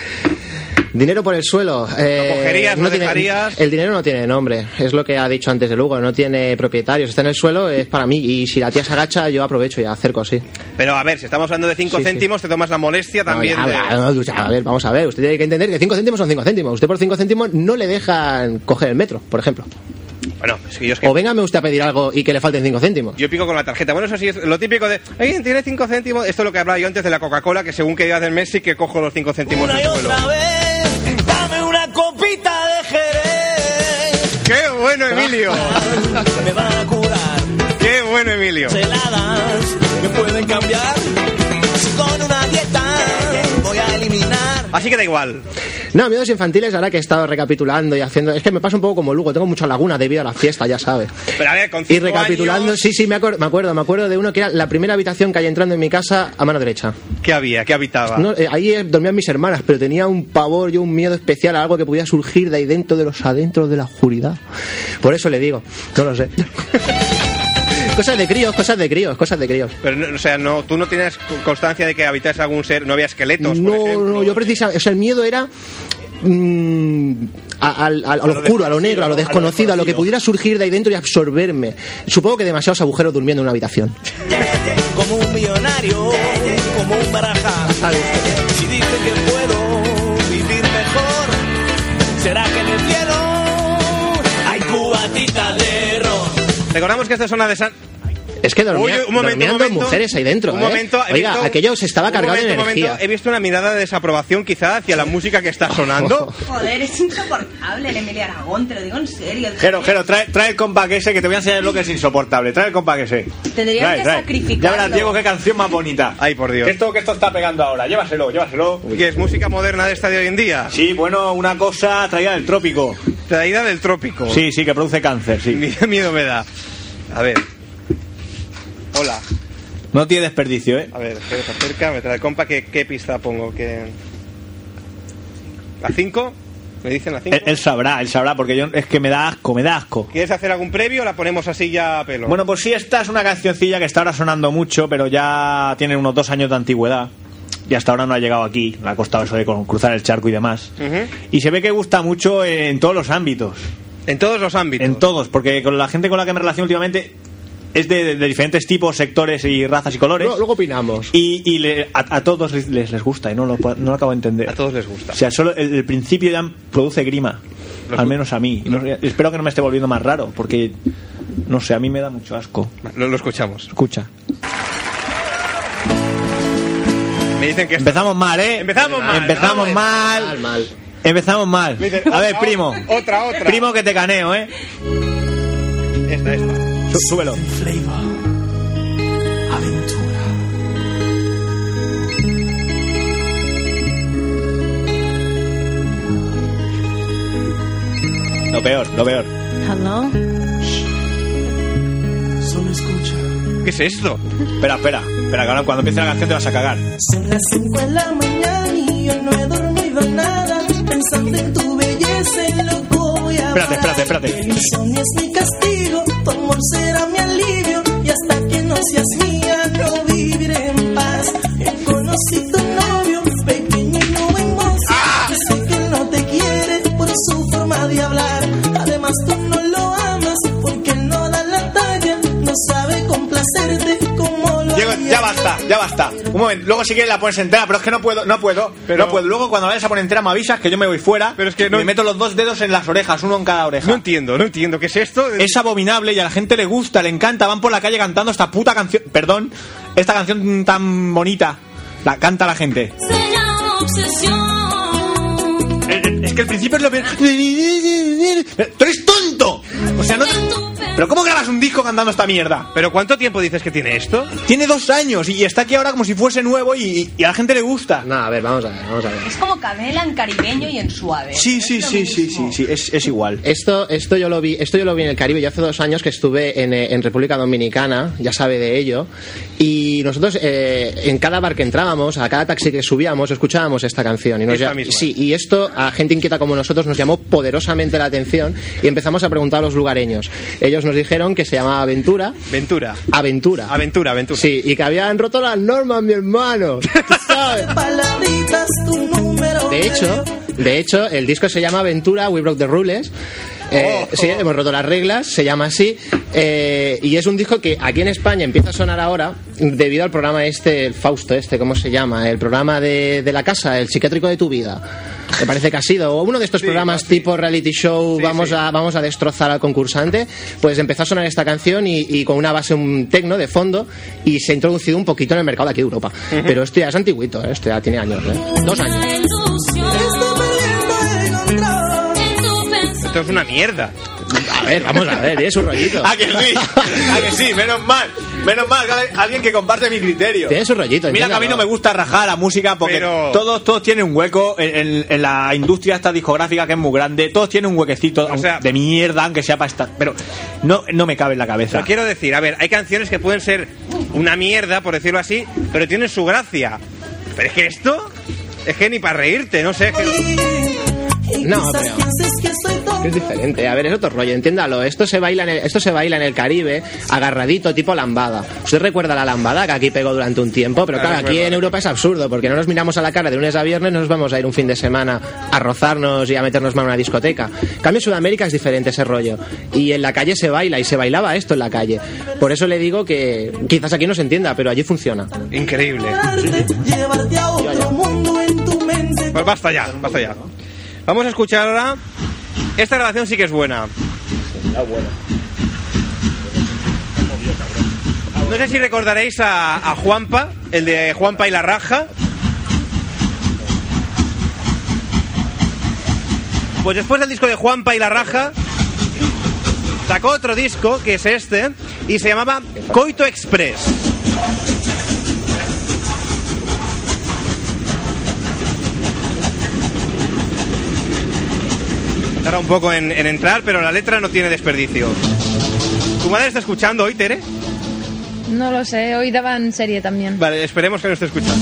F: Dinero por el suelo. eh,
C: ¿Lo cogerías, lo
F: tiene-
C: dejarías?
F: El dinero no tiene nombre. Es lo que ha dicho antes de Lugo. No tiene propietarios. Está en el suelo, es para mí. Y si la tía se agacha, yo aprovecho y acerco así.
C: Pero a ver, si estamos hablando de 5
F: Sí, sí.
C: céntimos, te tomas la molestia también.
F: No,
C: de-
F: ya, va, Ah, no, ya, a ver, vamos a ver. Usted tiene que entender que 5 céntimos son 5 céntimos. Usted por 5 céntimos no le dejan coger el metro, por ejemplo.
C: Bueno, es que yo es que.
F: O véngame usted a pedir algo y que le falten 5 céntimos.
C: Yo pico con la tarjeta. Bueno, eso sí, es lo típico de. Oye, tiene 5 céntimos. Esto es lo que hablaba yo antes de la Coca-Cola, que según que día del mes sí que cojo los 5 céntimos
G: Una
C: del
G: y
C: suelo.
G: otra vez, dame una copita de Jerez,
C: ¡Qué bueno, Emilio!
G: me van a curar.
C: ¡Qué bueno, Emilio!
G: heladas me pueden cambiar. Si con una dieta voy a eliminar
C: Así que da igual.
F: No, miedos infantiles, ahora que he estado recapitulando y haciendo. Es que me pasa un poco como Lugo, tengo mucha laguna debido a la fiesta, ya sabes.
C: Pero a ver, con
F: Y
C: cinco
F: recapitulando,
C: años,
F: sí, sí, me, acuer- me acuerdo, me acuerdo de uno que era la primera habitación que hay entrando en mi casa a mano derecha.
C: ¿Qué había? ¿Qué habitaba?
F: No, eh, ahí eh, dormían mis hermanas, pero tenía un pavor, yo un miedo especial a algo que podía surgir de ahí dentro de los adentros de la oscuridad. Por eso le digo, no lo sé. cosas de críos, cosas de críos, cosas de críos.
C: Pero, no- o sea, no, tú no tienes constancia de que habitas algún ser, no había esqueletos, por
F: No,
C: ejemplo.
F: no, yo precisamente, o sea, el miedo era mm, a, al- al- a lo oscuro, a lo negro, a lo desconocido, a lo que pudiera surgir de ahí dentro y absorberme. Supongo que demasiados agujeros durmiendo en una habitación.
G: Como un millonario, como un baraja. Si dicen que puedo vivir mejor, será que en el cielo hay cubatitas de ron.
C: Recordamos que esta zona de San...
F: Es que dormía,
C: Uy, un momento,
F: dormían
C: un
F: dos
C: momento.
F: mujeres ahí dentro.
C: Un
F: ¿eh?
C: momento, he
F: Oiga,
C: visto-
F: aquello se estaba
C: un
F: cargado de
C: momento, un
F: energía.
C: momento, he visto una mirada de desaprobación quizá hacia la música que está sonando.
E: Joder, es insoportable el Emilio Aragón, te lo digo en serio.
H: Jero, Jero, trae, trae el compact ese que te voy a enseñar lo que es insoportable. Trae el compact ese.
E: Tendríamos
H: Trae,
E: que
H: trae. Ya
E: sacrificarlo.
H: verás, Diego, qué canción más bonita.
C: Ay, por Dios.
H: Que Esto que esto está pegando ahora. Llévaselo, llévaselo.
C: Que es música moderna de esta de hoy en día.
H: Sí, bueno, una cosa traída del trópico.
C: Traída del trópico.
H: Sí, sí, que produce cáncer, sí.
C: Qué miedo me da. A ver. Hola.
H: No tiene desperdicio, ¿eh?
C: A ver, que se acerca, me trae el compa. ¿Qué, qué pista pongo? que ¿La 5? ¿Me dicen la 5?
H: Él, él sabrá, él sabrá, porque yo es que me da asco, me da asco.
C: ¿Quieres hacer algún previo o la ponemos así ya a pelo?
H: Bueno, pues sí, esta es una cancioncilla que está ahora sonando mucho, pero ya tiene unos dos años de antigüedad. Y hasta ahora no ha llegado aquí, le ha costado eso de con- cruzar el charco y demás.
C: Ujú.
H: Y se ve que gusta mucho en todos los ámbitos.
C: En todos los ámbitos.
H: En todos, porque con la gente con la que me relaciono últimamente es de, de- de diferentes tipos, sectores y razas y colores.
F: Luego, luego opinamos.
H: Y, y le- a, a todos les, les- les gusta y no lo, puedo- no lo acabo de entender.
C: A todos les gusta.
H: O sea, solo el, el principio ya produce grima.
C: Los-
H: al menos a mí. No sé, espero que no me esté volviendo más raro, porque no sé, a mí me da mucho asco.
C: Lo, lo escuchamos.
H: Escucha.
C: Me dicen que esto-
H: Empezamos mal, ¿eh?
C: Empezamos mal,
H: Empezamos
C: ¿no?
H: mal.
F: Mal, mal.
H: Empezamos mal.
C: Me dicen,
H: A ver,
C: otra,
H: primo.
C: Otra, otra.
H: Primo que te caneo, ¿eh?
C: Esta, esta.
H: Sú- Súbelo.
G: Flavor, aventura.
H: Lo peor, lo peor.
D: Hello.
G: Solo escucha.
C: ¿Qué es esto?
H: Espera, espera. Espera, que ahora cuando empiece la canción te vas a cagar.
G: Son las 5 de la mañana y yo no he dormido nada. Pensando en tu belleza, y loco voy a
H: Espérate,
G: parar.
H: espérate, espérate.
G: El insomnio es mi castigo, tu amor será mi alivio. Y hasta que no seas mía, no viviré en paz. He conocido un novio, pequeño y no en voz.
H: Ah.
G: Yo sé que él no te quiere por su forma de hablar. Además, tú no lo amas porque él no da la talla. No sabe complacerte como lo
H: Diego,
G: haría
H: ya
G: yo.
H: basta, ya basta. Un momento, luego si quieres la pones entera, pero es que no puedo, no puedo,
C: Pero-
H: no puedo. Luego cuando la vayas a poner entera me avisas que yo me voy fuera.
C: Pero es que no-
H: Me meto los dos dedos en las orejas, uno en cada oreja.
C: No entiendo, no entiendo. ¿Qué es esto?
H: es abominable y a la gente le gusta, le encanta. Van por la calle cantando esta puta canción. Perdón, esta canción tan bonita. La canta la gente. Eh, eh, Es que el principio es lo peor. ¡Tú eres tonto! O sea, no. te- ¿Pero cómo grabas un disco cantando esta mierda?
C: ¿Pero cuánto tiempo dices que tiene esto?
H: Tiene dos años y está aquí ahora como si fuese nuevo y, y a la gente le gusta.
F: No, a ver, vamos a ver, vamos a ver.
E: Es como Camela en caribeño y en suave.
H: Sí,
E: Es
H: sí,
E: lo
H: sí, sí,
E: mismo.
H: sí, sí, es, es igual.
F: Esto, esto yo lo vi, esto yo lo vi en el Caribe. Yo hace dos años que estuve en, eh, en República Dominicana, ya sabe de ello, y nosotros eh, en cada bar que entrábamos, a cada taxi que subíamos, escuchábamos esta canción. Y nos
C: Esta
F: llam-
C: misma.
F: Sí, y esto a gente inquieta como nosotros nos llamó poderosamente la atención y empezamos a preguntar a los lugareños. Ellos nos dijeron que se llamaba Aventura.
C: Ventura.
F: Aventura.
C: Aventura, aventura.
F: Sí, y que habían roto las normas, mi hermano. ¿Tú sabes?
G: palabritas, tu número.
F: De hecho, de hecho, el disco se llama Aventura, We Broke the Rules. Eh, Sí, hemos roto las reglas, se llama así. Eh, y es un disco que aquí en España empieza a sonar ahora debido al programa este, el Fausto este, ¿cómo se llama? El programa de, de la casa, el psiquiátrico de tu vida. Me parece que ha sido o uno de estos
C: Sí,
F: programas
C: sí.
F: tipo reality show,
C: Sí,
F: vamos,
C: sí.
F: A, vamos a destrozar al concursante. Pues empezó a sonar esta canción y, y con una base un tecno de fondo y se ha introducido un poquito en el mercado de aquí de Europa. Pero esto ya es antiguito, eh, esto ya tiene años, ¿eh? dos años.
C: Esto es una mierda.
F: A ver, vamos a ver, es un rollito.
H: ¿A que sí? ¿A que sí? Menos mal.
J: Menos mal, que hay alguien que comparte mi criterio.
F: Tiene su rollito.
J: Mira que a mí no me gusta rajar la música porque
C: Pero-
J: todos, todos tienen un hueco en, en- en la industria esta discográfica que es muy grande. Todos tienen un huequecito
C: O sea-
J: de mierda, aunque sea para estar. Pero no, no me cabe en la cabeza.
C: Pero quiero decir, a ver, hay canciones que pueden ser una mierda, por decirlo así, pero tienen su gracia. Pero es que esto es que ni para reírte, no sé. es que-
F: No,
G: No,
F: pero-
G: pero...
F: Es diferente, a ver, es otro rollo, entiéndalo. Esto se baila en el, esto se baila en el Caribe, agarradito, tipo lambada. ¿Usted recuerda la lambada que aquí pegó durante un tiempo? Pero
H: Ah,
C: Claro,
F: claro, aquí
C: recuerdo.
F: en Europa es absurdo, porque no nos miramos a la cara de lunes a viernes, no nos vamos a ir un fin de semana a rozarnos y a meternos más en una discoteca. En cambio, en Sudamérica es diferente ese rollo. Y en la calle se baila, y se bailaba esto en la calle. Por eso le digo que quizás aquí no se entienda, pero allí funciona.
C: Increíble.
G: Llevarte a otro mundo en tu mente.
C: Pues basta ya, basta ya. Vamos a escuchar ahora. Esta grabación sí que es buena. No sé si recordaréis a, a Juanpa, el de Juanpa y la Raja. Pues después del disco de Juanpa y la Raja, sacó otro disco, que es este, y se llamaba Coito Express. Tarda un poco en, en entrar, pero la letra no tiene desperdicio. ¿Tu madre está escuchando hoy, Tere?
D: No lo sé, hoy daban serie también.
C: Vale, esperemos que no esté escuchando.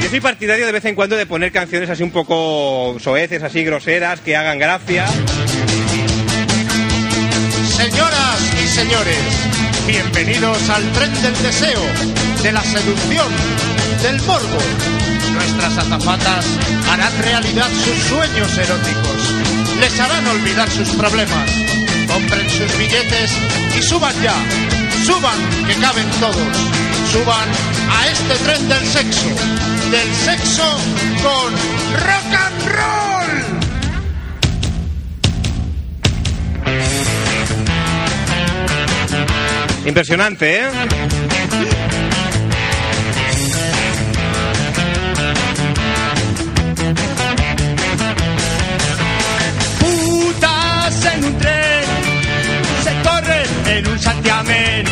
C: Yo soy partidario de vez en cuando de poner canciones así un poco soeces, así groseras, que hagan gracia.
K: Señoras y señores, bienvenidos al tren del deseo, de la seducción, del morbo. Nuestras azafatas harán realidad sus sueños eróticos. Les harán olvidar sus problemas. Compren sus billetes y suban ya. Suban, que caben todos. Suban a este tren del sexo. Del sexo con rock and roll.
C: Impresionante, ¿eh?
K: putas en un tren se corren en un santiamén.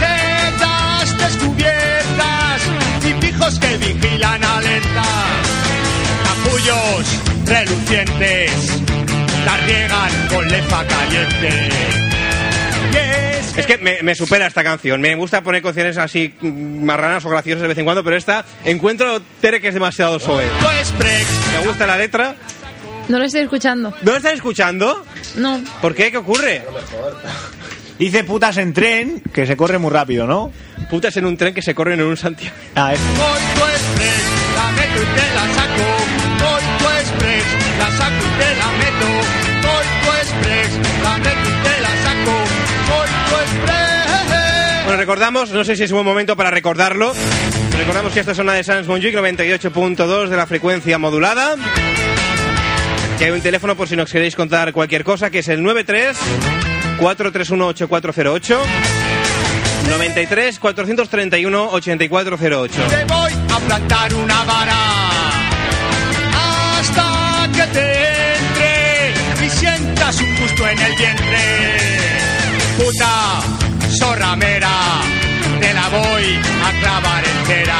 K: Tetas descubiertas y pijos que vigilan alertas. Capullos relucientes la riegan con lefa caliente. Y es
C: Es que me, me supera esta canción. Me gusta poner canciones así mm, marranas o graciosas de vez en cuando, pero esta encuentro, Tere, que es demasiado soez.
K: esto es Brex.
C: Me gusta la letra.
D: No lo estoy escuchando.
C: ¿No la estás escuchando?
D: No.
C: ¿Por qué? ¿Qué ocurre?
H: Dice putas en tren, que se corre muy rápido, ¿no?
C: Putas en un tren que se corren en un Santiago.
H: Ah, es-
K: Hoy tu express, la meto y te la saco. Hoy tu express, la saco y te la meto. Hoy tu express, la meto y te la saco. Hoy tu express.
C: Bueno, recordamos, no sé si es un buen momento para recordarlo. Recordamos que esta es una de Sans Montjuic 98.2 de la frecuencia modulada. Que hay un teléfono por si nos queréis contar cualquier cosa, que es el 93 431 8408. 93 431 8408.
K: Te voy a plantar una vara hasta que te entre y sientas un gusto en el vientre. Puta zorramera, te la voy a clavar entera.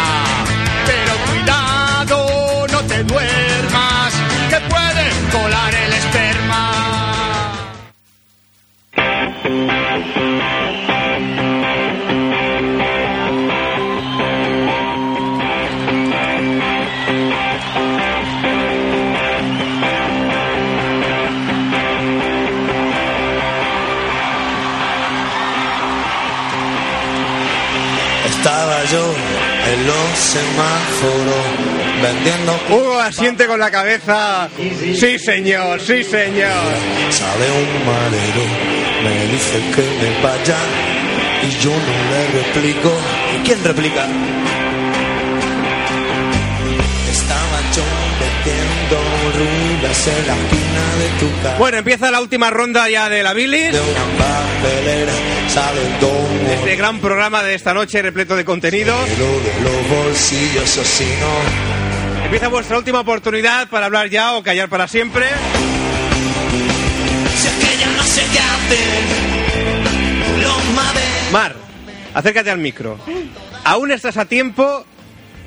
K: Pero cuidado, no te duermas, que puedes colar el esperma.
L: Estaba yo en los semáforos vendiendo
C: Hugo asiente con la cabeza. Sí, señor, sí, señor.
L: Sale un marero, me dice que me vaya y yo no le replico. ¿Y quién replica? Estaba yo metiendo rulas en la esquina de tu casa.
C: Bueno, empieza la última ronda ya de la bilis.
L: De una papelera sale un domo
C: Este gran programa de esta noche repleto de contenido.
L: Lo de los bolsillos así no
C: Empieza vuestra última oportunidad para hablar ya o callar para siempre.
G: Mabel, los Mabel.
C: Mar, acércate al micro. Aún estás a tiempo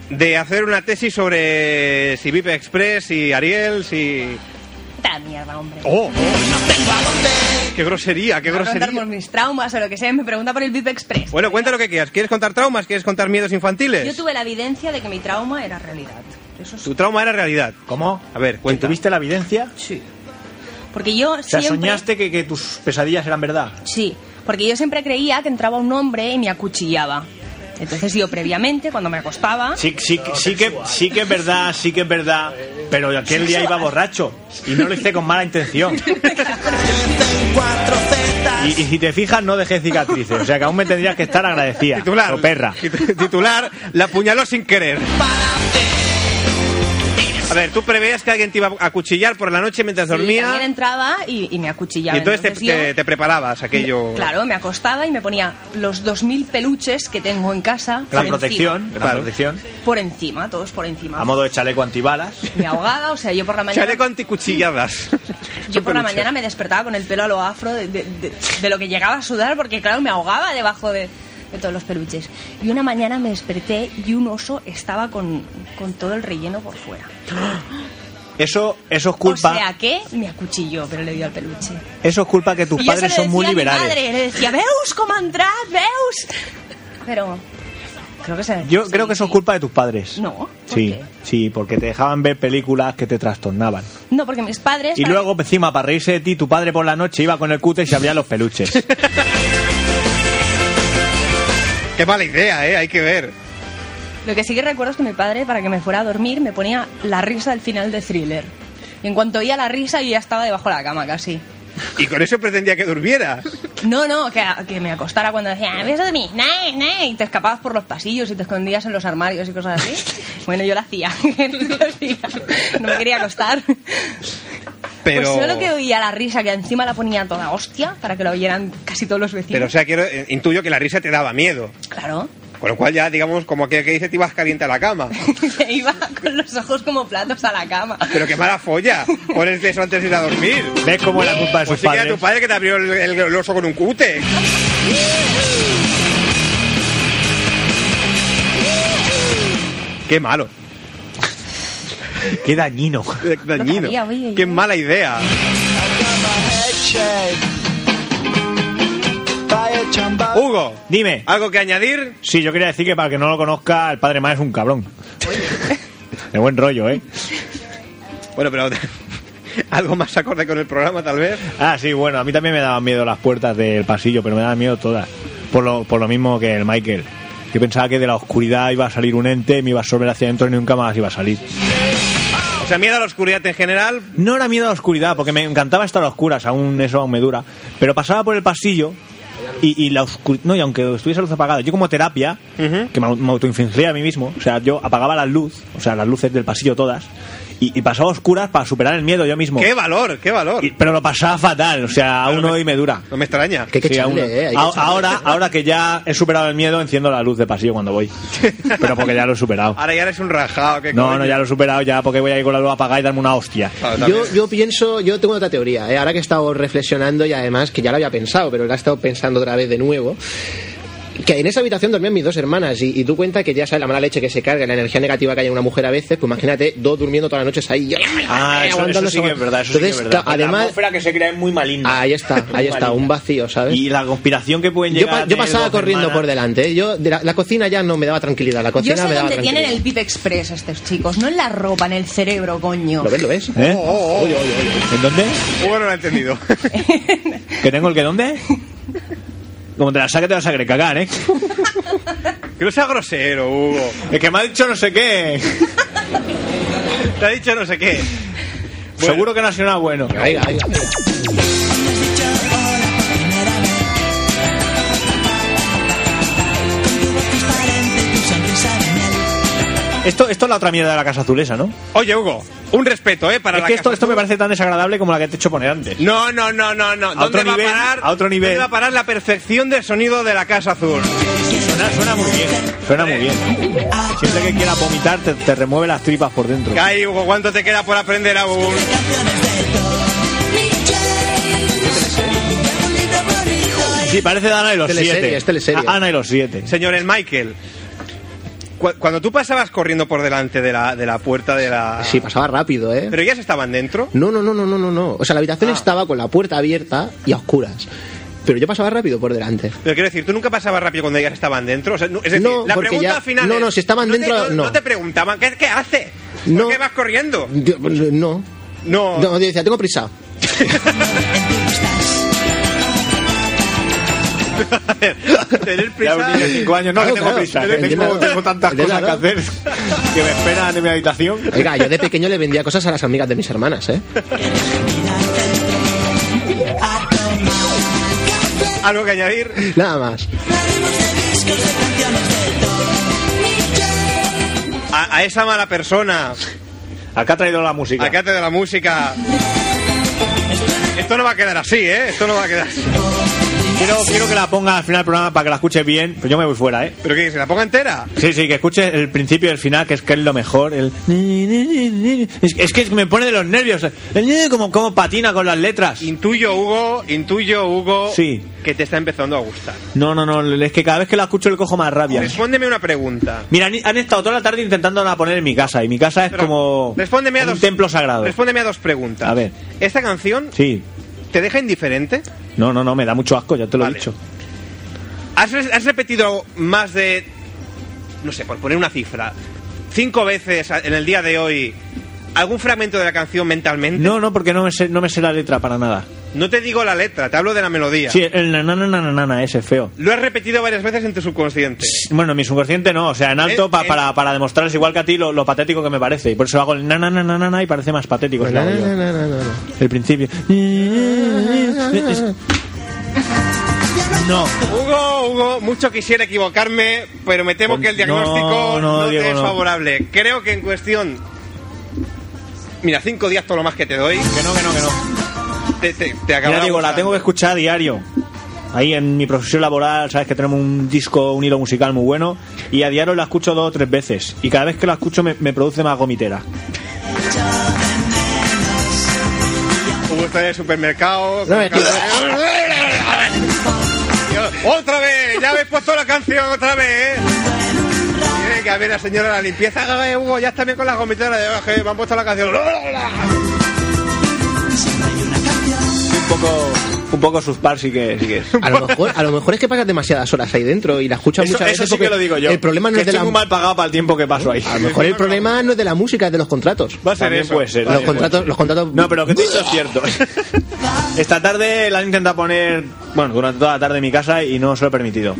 C: de hacer una tesis sobre si Vipe Express, si Ariel, si...
E: Puta mierda, hombre.
C: ¡Oh! ¡Qué grosería, qué
E: Para
C: grosería!
E: contarnos mis traumas o lo que sea, me pregunta por el VIP Express.
C: Bueno, cuenta lo que quieras. ¿Quieres contar traumas? ¿Quieres contar miedos
E: Yo
H: Pues.
C: infantiles?
E: tuve la evidencia de que mi trauma era realidad. Eso es-
C: Tu trauma era realidad.
H: ¿Cómo?
C: A ver, cuenta. ¿Tuviste
H: la evidencia?
E: Sí. Porque yo
H: O sea,
E: siempre...
H: soñaste que, que tus pesadillas eran verdad.
E: Sí, porque yo siempre creía que entraba un hombre y me acuchillaba. Entonces yo previamente, cuando me acostaba...
H: Sí, sí, sí, que, sí que es verdad, sí que es verdad. Pero aquel día iba borracho y no lo hice con mala intención. Y, y si te fijas, no dejé cicatrices. O sea que aún me tendrías que estar agradecida.
C: Titular.
H: o perra.
C: Titular, la apuñaló sin querer. A ver, tú preveías que alguien te iba a cuchillar por la noche mientras
E: y también
C: dormía
E: entraba y, y me
C: y
E: acuchillaba.
C: entonces te,
E: yo-
C: te- te preparabas aquello...
E: Claro, me acostaba y me ponía los 2.000 peluches que tengo en casa
H: Gran
E: por
H: protección,
E: encima.
H: gran protección.
E: Por encima, todos por encima.
H: A modo de chaleco antibalas.
E: Me ahogaba, o sea, yo por la mañana...
C: Chaleco anticuchilladas.
E: Yo por la
C: Peluche.
E: mañana me despertaba con el pelo a lo afro de, de- de- de lo que llegaba a sudar porque claro me ahogaba debajo de, de todos los peluches. Y una mañana me desperté y un oso estaba con, con todo el relleno por fuera.
H: Eso, eso es culpa.
E: O sea que me acuchilló, pero le dio al peluche.
H: eso es culpa que tus
E: y yo se
H: padres
E: lo
H: son muy
E: decía
H: liberales.
E: A mi madre, le decía, Veus, ¿cómo entrad? Veus. Pero creo que se
H: Yo creo que eso es culpa de tus padres.
E: No, ¿por
H: Sí,
E: qué?
H: sí, porque te dejaban ver películas que te trastornaban.
E: No, porque mis padres
H: Y luego, encima, para reírse de ti, tu padre por la noche iba con el cúter y se abría los peluches.
C: Qué mala idea, ¿eh? Hay que ver.
E: Lo que sí que recuerdo es que mi padre, para que me fuera a dormir, me ponía la risa del final de thriller. Y en cuanto oía la risa, yo ya estaba debajo de la cama casi.
C: Y con eso pretendía que durmiera.
E: No, no, que, que me acostara cuando decía, "Ah, beso de mí, nae, nae", y te escapabas por los pasillos y te escondías en los armarios y cosas así. Bueno, yo lo hacía. Lo hacía. no me quería acostar.
C: Pero...
E: Pues solo que oía la risa, que encima la ponía toda hostia, para que lo oyeran casi todos los vecinos.
C: Pero o sea, quiero, eh, intuyo que la risa te daba miedo.
E: Claro.
C: Con lo cual ya, digamos, como aquel que dice, te ibas caliente a la cama.
E: Que iba con los ojos como platos a la cama.
C: Pero qué mala folla. Pones eso antes de ir a dormir.
H: ¿Ves cómo era culpa de
C: Pues
H: sus
C: sí que era
H: padres?
C: tu padre que te abrió el, el- el oso con un cute. Qué malo.
H: Qué dañino.
C: Qué dañino.
E: sabía, oye,
C: Qué mala idea. Hugo,
H: Dime.
C: ¿algo que añadir?
H: Sí, yo quería decir que para el que no lo conozca, el padre más es un cabrón. De buen rollo, ¿eh?
C: Bueno, pero algo más acorde con el programa, tal vez.
H: Ah, sí, bueno, a mí también me daban miedo las puertas del pasillo, pero me daban miedo todas. Por lo, por lo mismo que el Michael. Yo pensaba que de la oscuridad iba a salir un ente, me iba a absorber hacia adentro y nunca más iba a salir.
C: O sea, miedo a la oscuridad en general.
H: No era miedo a la oscuridad, porque me encantaba estar a oscuras, aún eso aún me dura. Pero pasaba por el pasillo y, y la oscuridad. No, y aunque estuviese la luz apagada, yo como terapia, que me, au- me autoinfligía a mí mismo, o sea, yo apagaba la luz, o sea, las luces del pasillo todas, y, y pasaba a oscuras para superar el miedo yo mismo.
C: ¡Qué valor, qué valor!
H: Y- pero lo pasaba fatal, o sea, aún hoy me dura.
C: No me extraña.
F: Que hay que
H: Sí, aún
F: echarle,
H: no.
F: eh, hay que
H: A-
F: echarle.
H: ahora, ahora que ya he superado el miedo, enciendo la luz de pasillo cuando voy. Pero porque ya lo he superado.
F: Ah,
C: Ahora ya eres un rajado. qué
H: No,
C: coño.
H: no, ya lo he superado, ya porque voy a ir con la luz apagada y darme una
F: Ah,
H: hostia.
C: Claro, Ah, también.
F: Yo, yo pienso, yo tengo otra teoría, ¿eh? ahora que he estado reflexionando y además que ya lo había pensado, pero la he estado pensando otra vez de nuevo. Que en esa habitación dormían mis dos hermanas y, y tú cuenta que ya sabes la mala leche que se carga, la energía negativa que hay en una mujer a veces, pues imagínate dos durmiendo todas las noches ahí.
H: Ah, eso,
F: aguantando
H: eso sí
F: esa-
H: que es verdad,
F: Entonces,
H: eso sí que es verdad.
F: claro, además,
H: que se crea es muy maligna.
F: ahí está, ahí está, un vacío, ¿sabes?
H: Y la conspiración que pueden
F: yo,
H: llegar...
F: pa- yo
H: de
F: pasaba
H: dos
F: corriendo
H: hermanas-
F: por delante, ¿eh? yo de la, la cocina ya no me daba tranquilidad, la
E: Yo
F: cocina
E: sé
F: me daba
E: dónde tienen
F: tranquilidad.
E: el VIP Express estos chicos, no en la ropa, en el cerebro, coño.
F: ¿Lo ves, lo ves?
H: ¿Eh?
C: Oh, oh, oh.
H: ¿En dónde?
C: Hugo no lo ha entendido.
H: ¿Que tengo el que dónde? Como te la saque, te la saque cagar, ¿eh?
C: que no sea grosero, Hugo.
H: Es que me ha dicho no sé qué.
C: Te ha dicho no sé qué.
H: Seguro que no ha sido nada bueno.
F: Venga, venga.
H: Esto, esto es la otra mierda de la casa azulesa, ¿no?
C: Oye, Hugo, un respeto, ¿eh? Para
H: es
C: la
H: que esto,
C: casa-
H: esto me parece tan desagradable como la que te he hecho poner antes.
C: No, no, no, no, no. ¿Dónde
H: otro
C: va
H: nivel,
C: a parar?
H: a otro nivel.
C: ¿Dónde va a parar la perfección del sonido de la Casa Azul?
H: Suena, suena muy bien. Suena muy bien. Siempre que quieras vomitar, te, te remueve las tripas por dentro.
C: Ay, Hugo, ¿cuánto te queda por aprender aún?
G: Michelle, un libro
H: Sí, parece de Ana y los
F: Este
C: Teleserie,
H: siete.
C: es teleserie.
H: A- Ana y los siete.
C: Señor El Michael, cu- cuando tú pasabas corriendo por delante de la, de la puerta de la...
F: Sí, pasaba rápido, ¿eh?
C: Pero ya se estaban dentro.
F: No, no, no, no, no, no, no. O sea, la
H: Ah.
F: habitación estaba con la puerta abierta y a oscuras. Pero yo pasaba rápido por delante.
C: Pero quiero decir, tú nunca pasabas rápido cuando ellas estaban dentro. O sea, no- es decir,
F: No,
C: la
F: porque
C: pregunta
F: ya-
C: final.
F: no,
C: es,
F: no, si estaban
C: te-
F: dentro,
C: no,
F: no.
C: te preguntaban, ¿qué, qué hace?
F: No.
C: ¿Por qué vas corriendo?
F: Yo- pues, no.
H: Oh.
C: No.
F: No, yo decía, tengo prisa.
C: Tener
J: Ya un niño de 5 años, no,
F: Claro,
J: que tengo
F: claro.
J: prisa. que
F: Entiendo.
J: tengo, tengo tantas
F: Entiendo,
J: cosas que hacer que me esperan en mi habitación.
F: Oiga, yo de pequeño le vendía cosas a las amigas de mis hermanas, ¿eh?
C: ¿Algo que añadir?
F: Nada más.
C: A, a esa mala persona.
H: Acá ha traído la música.
C: Acá ha traído la música. Esto no va a quedar así, ¿eh? Esto no va a quedar así.
H: Quiero, quiero que la ponga al final del programa para que la escuche bien. Pues yo me voy fuera, ¿eh?
C: ¿Pero qué? ¿Se la ponga entera?
H: Sí, sí, que escuche el principio y el final, que es que es lo mejor. El... Es, es que me pone de los nervios. El... Como, como patina con las letras.
C: Intuyo, Hugo, intuyo, Hugo,
H: Sí.
C: que te está empezando a gustar.
H: No, no, no, es que cada vez que la escucho le cojo más rabia.
C: Respóndeme una pregunta.
H: Mira, han, han estado toda la tarde intentándola poner en mi casa y mi casa es
C: Pero,
H: como
C: respóndeme a
H: un
C: dos-
H: templo sagrado.
C: Respóndeme a dos preguntas.
H: A ver.
C: ¿Esta canción
H: Sí.
C: te deja indiferente?
H: No, no, no, me da mucho asco, ya te lo he dicho.
C: ¿Has, has repetido más de, no sé, por poner una cifra, cinco veces a- en el día de hoy algún fragmento de la canción mentalmente?
H: No, no, porque no me sé, no me sé la letra para nada.
C: No te digo la letra, te hablo de la melodía.
H: Sí, el nanana nanana ese feo.
C: Lo has repetido varias veces en tu subconsciente.
H: Bueno, mi subconsciente no, o sea, en alto
C: Eh,
H: pa-
C: eh.
H: para, para demostrarles igual que a ti lo, lo patético que me parece. Y por eso hago el nanana nanana y parece más patético. si lo hago yo. El principio. No.
C: Hugo, Hugo, mucho quisiera equivocarme, pero me temo que el diagnóstico no,
H: No, no,
C: te
H: Diego,
C: es
H: no.
C: favorable. Creo que en cuestión... Mira, cinco días todo lo más que te doy.
H: Que no, que no, que no.
C: Te, te, te
H: Ya
C: acabará
H: digo, la
C: gustando.
H: tengo que escuchar a diario. Ahí en mi profesión laboral, sabes que tenemos un disco, un hilo musical muy bueno, y a diario la escucho dos o tres veces. Y cada vez que la escucho me, me produce más gomitera.
C: Hugo está en el supermercado. con
H: me-
C: Dios, ¡Otra vez! ¡Ya habéis puesto la canción otra vez! ¿eh? Y Venga, viene la señora de la limpieza. "Ah, eh, Hugo, ya está bien con las gomiteras de "Ah, que me han puesto la canción.
H: Un poco, un poco sus par sí que, sí que es.
F: A lo, mejor, a lo mejor es que pasas demasiadas horas ahí dentro y la escuchas
H: Eso,
F: muchas
H: eso
F: veces.
H: sí que
F: porque
H: lo digo yo.
F: El problema no
H: que
F: es de
H: estoy
F: la Ah,
H: muy mal pagado para el tiempo que paso ahí.
F: A lo mejor el problema no es de la música, es de los contratos.
H: Va a ser También eso. puede ser,
F: Los
H: también
F: contratos,
H: puede
F: los contratos.
H: No, pero lo que te he dicho es cierto. eh. Esta tarde la han intentado poner, bueno, durante toda la tarde en mi casa y no se lo he permitido.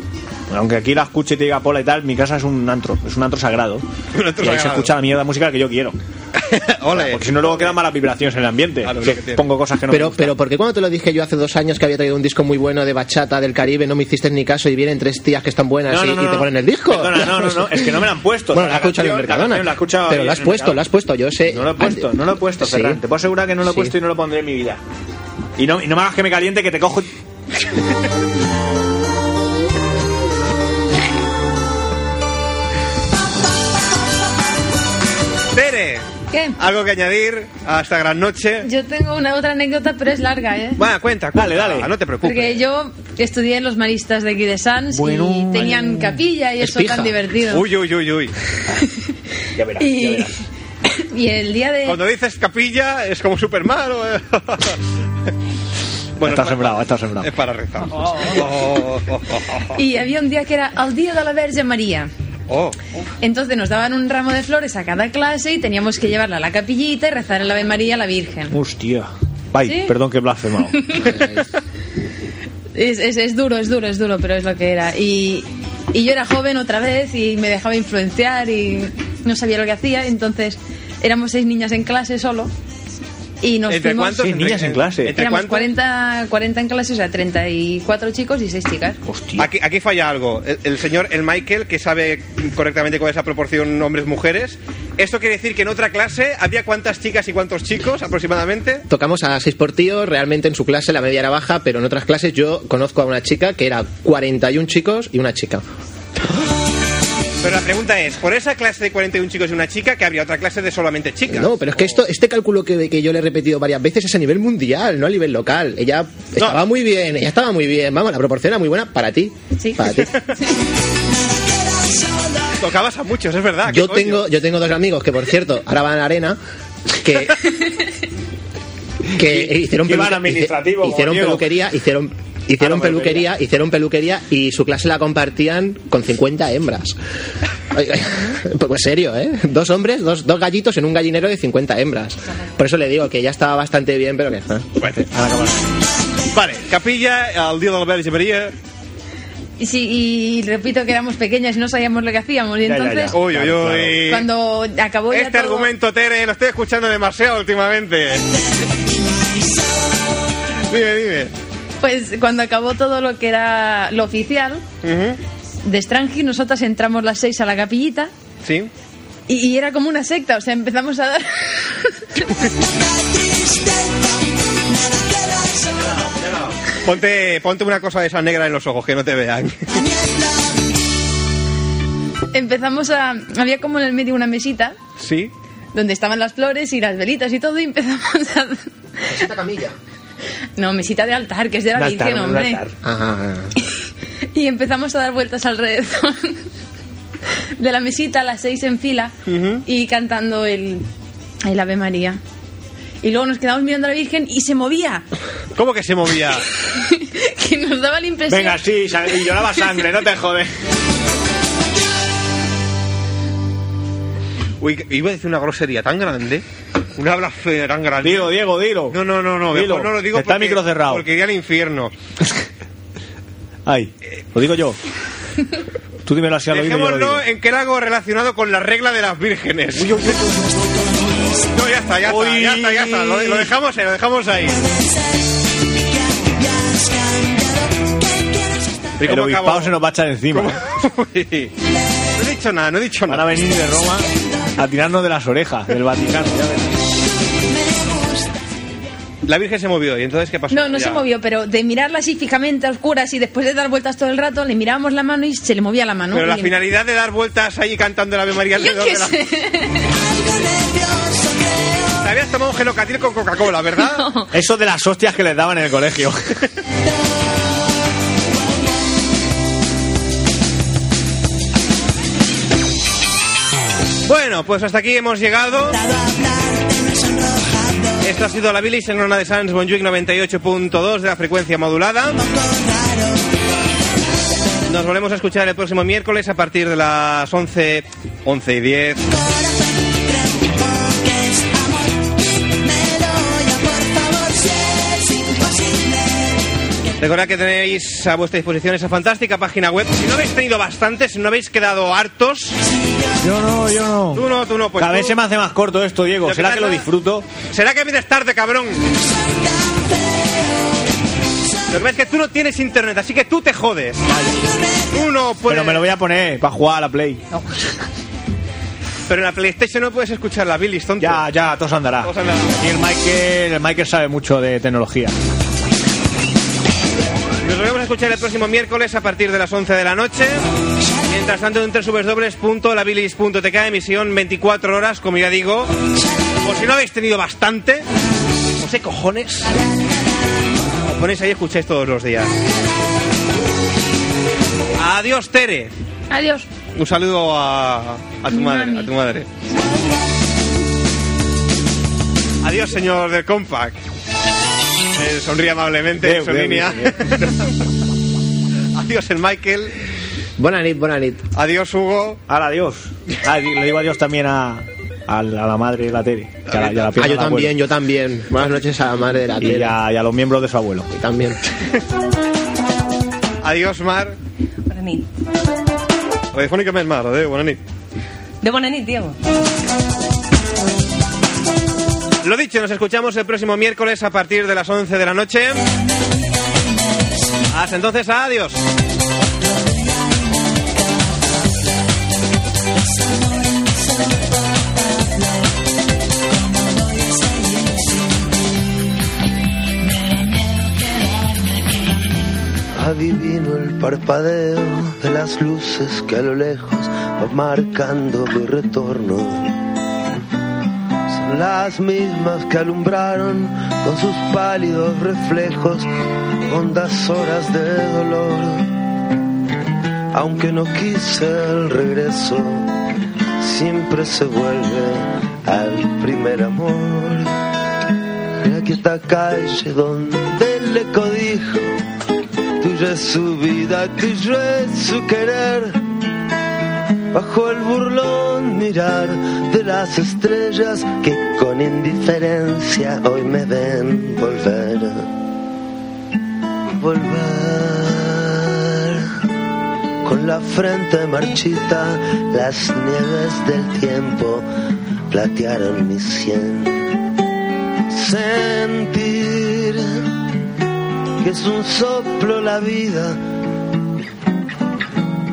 H: Aunque aquí la escuche y te diga pola y tal, mi casa es un antro, es un antro sagrado.
C: Un antro
H: y ahí se
C: sagrado.
H: escucha la mierda musical que yo quiero.
F: Eh,
C: Ole.
H: Porque si no, luego quedan malas vibraciones en el ambiente.
C: Claro, es
H: Que
C: lo que tiene.
H: pongo cosas que no me
F: Pero,
H: gustan.
F: pero, ¿por qué cuando te lo dije yo hace dos años que había traído un disco muy bueno de bachata del Caribe no me hiciste ni caso y vienen tres tías que están buenas
H: No,
F: y,
H: no, no,
F: y te
H: no.
F: ponen el disco?
H: Perdona, no, no, no, es que no me la han puesto.
F: Bueno,
H: O
F: la
H: sea,
F: he escuchado en
H: canción- la
F: Mercadona.
H: canción la he escuchado
F: Pero
H: en
F: la has puesto,
H: Mercadona.
F: la has puesto, yo sé.
H: No lo he puesto, no lo he puesto,
F: Eh, Sí.
H: Ferran. Te puedo asegurar que no lo he
F: Sí.
H: puesto y no lo pondré en mi vida. Y no, y no me hagas que me caliente, que te cojo.
C: Tere,
D: ¿Qué?
C: ¿algo que añadir a esta gran noche?
D: Yo tengo una otra anécdota, pero es larga, ¿eh?
C: Bueno, cuenta, cuenta.
H: Dale, dale.
C: No te preocupes.
D: Porque yo estudié en los maristas de aquí de Sans
H: Bueno,
D: y tenían capilla y
F: Es
D: eso
F: pija.
D: tan divertido.
C: Uy, uy, uy, uy.
H: Ya verás, ya
D: y,
H: verás.
D: y el día de...
C: Cuando dices capilla es como Superman. o- bueno,
H: está Eh,
C: es para-
H: sembrado, está sembrado.
C: Es para rezar.
D: Oh. Y había un día que era el Día de la Virgen María.
C: Oh.
D: Entonces nos daban un ramo de flores a cada clase y teníamos que llevarla a la capillita y rezar el Ave María a la Virgen.
H: Hostia. Bye,
D: ¿Sí?
H: perdón que he blasfemado.
D: Es, es- es duro, es duro, es duro, pero es lo que era. Y, y yo era joven otra vez y me dejaba influenciar y no sabía lo que hacía. Entonces éramos seis niñas en clase solo y nos
C: ¿Entre
D: fuimos...
C: cuántos?
H: Sí, niñas en clase.
C: ¿Entre
D: Éramos
C: cuántos?
D: 40, 40 en clase, o sea, 34 chicos y 6 chicas.
H: Hostia.
C: Aquí, aquí falla algo. El, el señor, el Michael, que sabe correctamente cuál es la proporción hombres-mujeres. Esto quiere decir que en otra clase había cuántas chicas y cuántos chicos aproximadamente.
F: Tocamos a seis por tío, realmente en su clase la media era baja, pero en otras clases yo conozco a una chica que era 41 chicos y una chica.
C: Pero la pregunta es, por esa clase de 41 chicos y una chica, que habría otra clase de solamente chicas.
F: No, pero es que esto, este cálculo que, que yo le he repetido varias veces es a nivel mundial, no a nivel local. Ella estaba muy bien, ella estaba muy bien. Vamos, la proporción era muy buena para ti.
D: Sí.
F: Para ti.
C: Tocabas a muchos, es verdad. ¿qué
F: yo
C: coño?
F: tengo, yo tengo dos amigos que, por cierto, ahora van a la arena, que... que hicieron,
H: que van
F: peluque-
H: administrativo, como
F: hicieron
H: Diego. Ah,
F: peluquería, hicieron... Hicieron
H: Ahora volvería.
F: peluquería, hicieron peluquería y su clase la compartían con 50 hembras. Ay, ay, Pues serio, ¿eh? Dos hombres, dos, dos gallitos en un gallinero de 50 hembras. Por eso le digo que ya estaba bastante bien, pero que... ¿eh?
C: Vale, capilla al día de la Virgen María.
D: Y, sí, y repito que éramos pequeñas y no sabíamos lo que hacíamos. Y
C: Ya, ya, ya.
D: entonces,
C: Uy, uy, uy.
D: cuando acabó ya
C: Este
D: todo-
C: argumento, Tere, lo estoy escuchando demasiado últimamente. Dime, dime.
D: Pues cuando acabó todo lo que era lo oficial de Strangi, nosotras entramos las seis a la capillita
C: Sí.
D: y, y era como una secta, o sea, empezamos a dar...
C: Ponte, ponte una cosa de esa negra en los ojos, que no te vean.
D: empezamos a... Había como en el medio una mesita
C: Sí.
D: donde estaban las flores y las velitas y todo y empezamos a...
F: camilla?
D: No, mesita de altar, que es de la
F: Un altar,
D: Virgen,
F: un
D: hombre.
F: altar. Ajá.
D: Y empezamos a dar vueltas alrededor de la mesita, a las seis en fila, y cantando el, el Ave María. Y luego nos quedamos mirando a la Virgen y se movía,
C: ¿Cómo que se movía?
D: que nos daba la impresión...
H: Venga, sí, sa- y lloraba sangre, no te jodes.
C: Uy, que- iba a decir una grosería tan grande. Una blasfemia tan grande. Digo,
H: Diego, dilo.
C: No, no, no, no.
H: Dilo.
C: mejor no lo digo
H: Está el
C: porque-
H: micro cerrado.
C: Porque iría al infierno.
H: Ay, lo digo yo. Tú dímelo así a lo mismo. Yo lo digo.
C: Dejémoslo en que era algo relacionado con la regla de las vírgenes. No, ya está, ya está, ya está, ya está. Lo, lo dejamos ahí, lo dejamos ahí. ¿Y
H: El
C: cómo
H: obispado
C: acabamos?
H: se nos va a echar encima.
C: Uy, no he dicho nada, no he dicho
H: Van
C: nada.
H: a venir de Roma a tirarnos de las orejas del Vaticano. ya verás.
C: La Virgen se movió y entonces ¿qué pasó?
D: No, no
C: Ya.
D: se movió, pero de mirarla así fijamente a oscuras y después de dar vueltas todo el rato, le mirábamos la mano y se le movía la mano.
C: Pero la
D: Y-
C: finalidad de dar vueltas ahí cantando la Ave María
D: Yo
C: alrededor
D: qué
C: de la...
D: sé.
C: Te habías tomado un genocatil con Coca-Cola, ¿verdad?
H: Eso de las hostias que les daban en el colegio.
C: Bueno, pues hasta aquí hemos llegado. Esto ha sido la bilis en una de Sans Bonjuic 98.2 de la frecuencia modulada. Nos volvemos a escuchar el próximo miércoles a partir de las 11, 11 y 10. Recordad que tenéis a vuestra disposición esa fantástica página web. Si no habéis tenido bastante, si no habéis quedado hartos,
H: Yo no, yo no.
C: tú no, tú no, pues
H: Cada
C: tú-
H: vez se me hace más corto esto, Diego.
C: Pero
H: ¿Será que lo
C: quizás-
H: disfruto?
C: ¿Será que vienes tarde, cabrón? Lo que pasa es que tú no tienes internet, así que tú te jodes. Uno puede...
H: Pero me lo voy a poner para jugar a la Play.
C: Pero en la PlayStation no puedes escuchar la bilis, tonto.
H: Ya, ya, todo se andará.
C: Vamos a andar.
H: Y el Michael, el Michael sabe mucho de tecnología.
C: Nos volvemos a escuchar el próximo miércoles a partir de las 11 de la noche. Mientras tanto, en www.labilis.tk, emisión 24 horas, como ya digo. Por si no habéis tenido bastante, os sé cojones. Os ponéis ahí y escucháis todos los días. Adiós, Tere.
D: Adiós.
C: Un saludo a, a tu
D: Mi
C: madre,
D: mami.
C: a tu madre. Adiós, señor del Compact. Eh, sonríe amablemente en
H: Deu,
C: su
H: deu,
C: línea. Adiós, el Michael.
F: Buena nit, buena nit.
C: Adiós, Hugo.
H: Ahora, adiós. Ah, di- le digo adiós también a, a la a la madre de la Tere. que a la- y a la
F: Ah,
H: pierna
F: yo
H: del
F: también,
H: abuelo.
F: yo también. Buenas noches a la madre de la
H: Y
F: tele.
H: a, y a los miembros de su abuelo.
F: También.
C: Adiós, Mar.
E: Para mí.
C: Radiofónicamente, Mar. Adeu, bona nit.
E: De buena nit, Diego.
C: Lo dicho, nos escuchamos el próximo miércoles a partir de las 11 de la noche. Hasta entonces, adiós.
L: Adivino el parpadeo de las luces que a lo lejos
M: va marcando mi retorno. Son las mismas que alumbraron con sus pálidos reflejos hondas horas de dolor. Aunque no quise el regreso, siempre se vuelve al primer amor. En esta calle donde el eco dijo, tuya es su vida, tuyo es su querer. Bajo el burlón mirar de las estrellas que con indiferencia hoy me ven volver. Volver con la frente marchita, las nieves del tiempo platearon mi sien. Sentir que es un soplo la vida,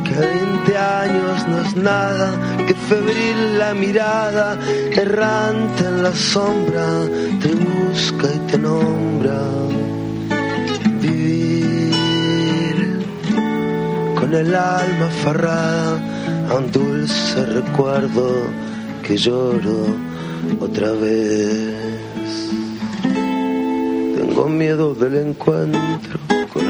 M: que a 20 años no es nada, que febril la mirada, errante en la sombra, te busca y te nombra. Vivir con el alma aferrada a un dulce recuerdo que lloro otra vez. Tengo miedo del encuentro con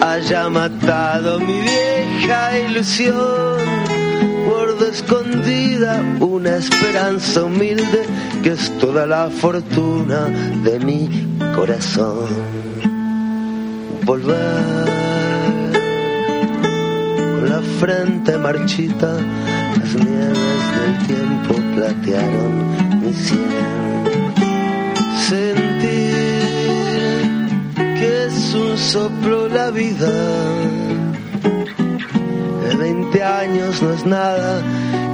M: haya matado mi vieja ilusión, guardo escondida una esperanza humilde que es toda la fortuna de mi corazón. Volver con la frente marchita, las nieves del tiempo platearon mi cielo. Sentir que es un soplo la vida. De 20 años no es nada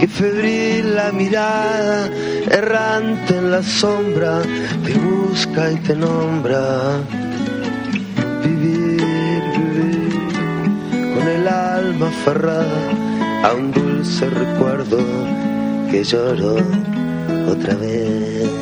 M: que febril la mirada, errante en la sombra, te busca y te nombra. Vivir, vivir con el alma aferrada a un dulce recuerdo que lloro otra vez.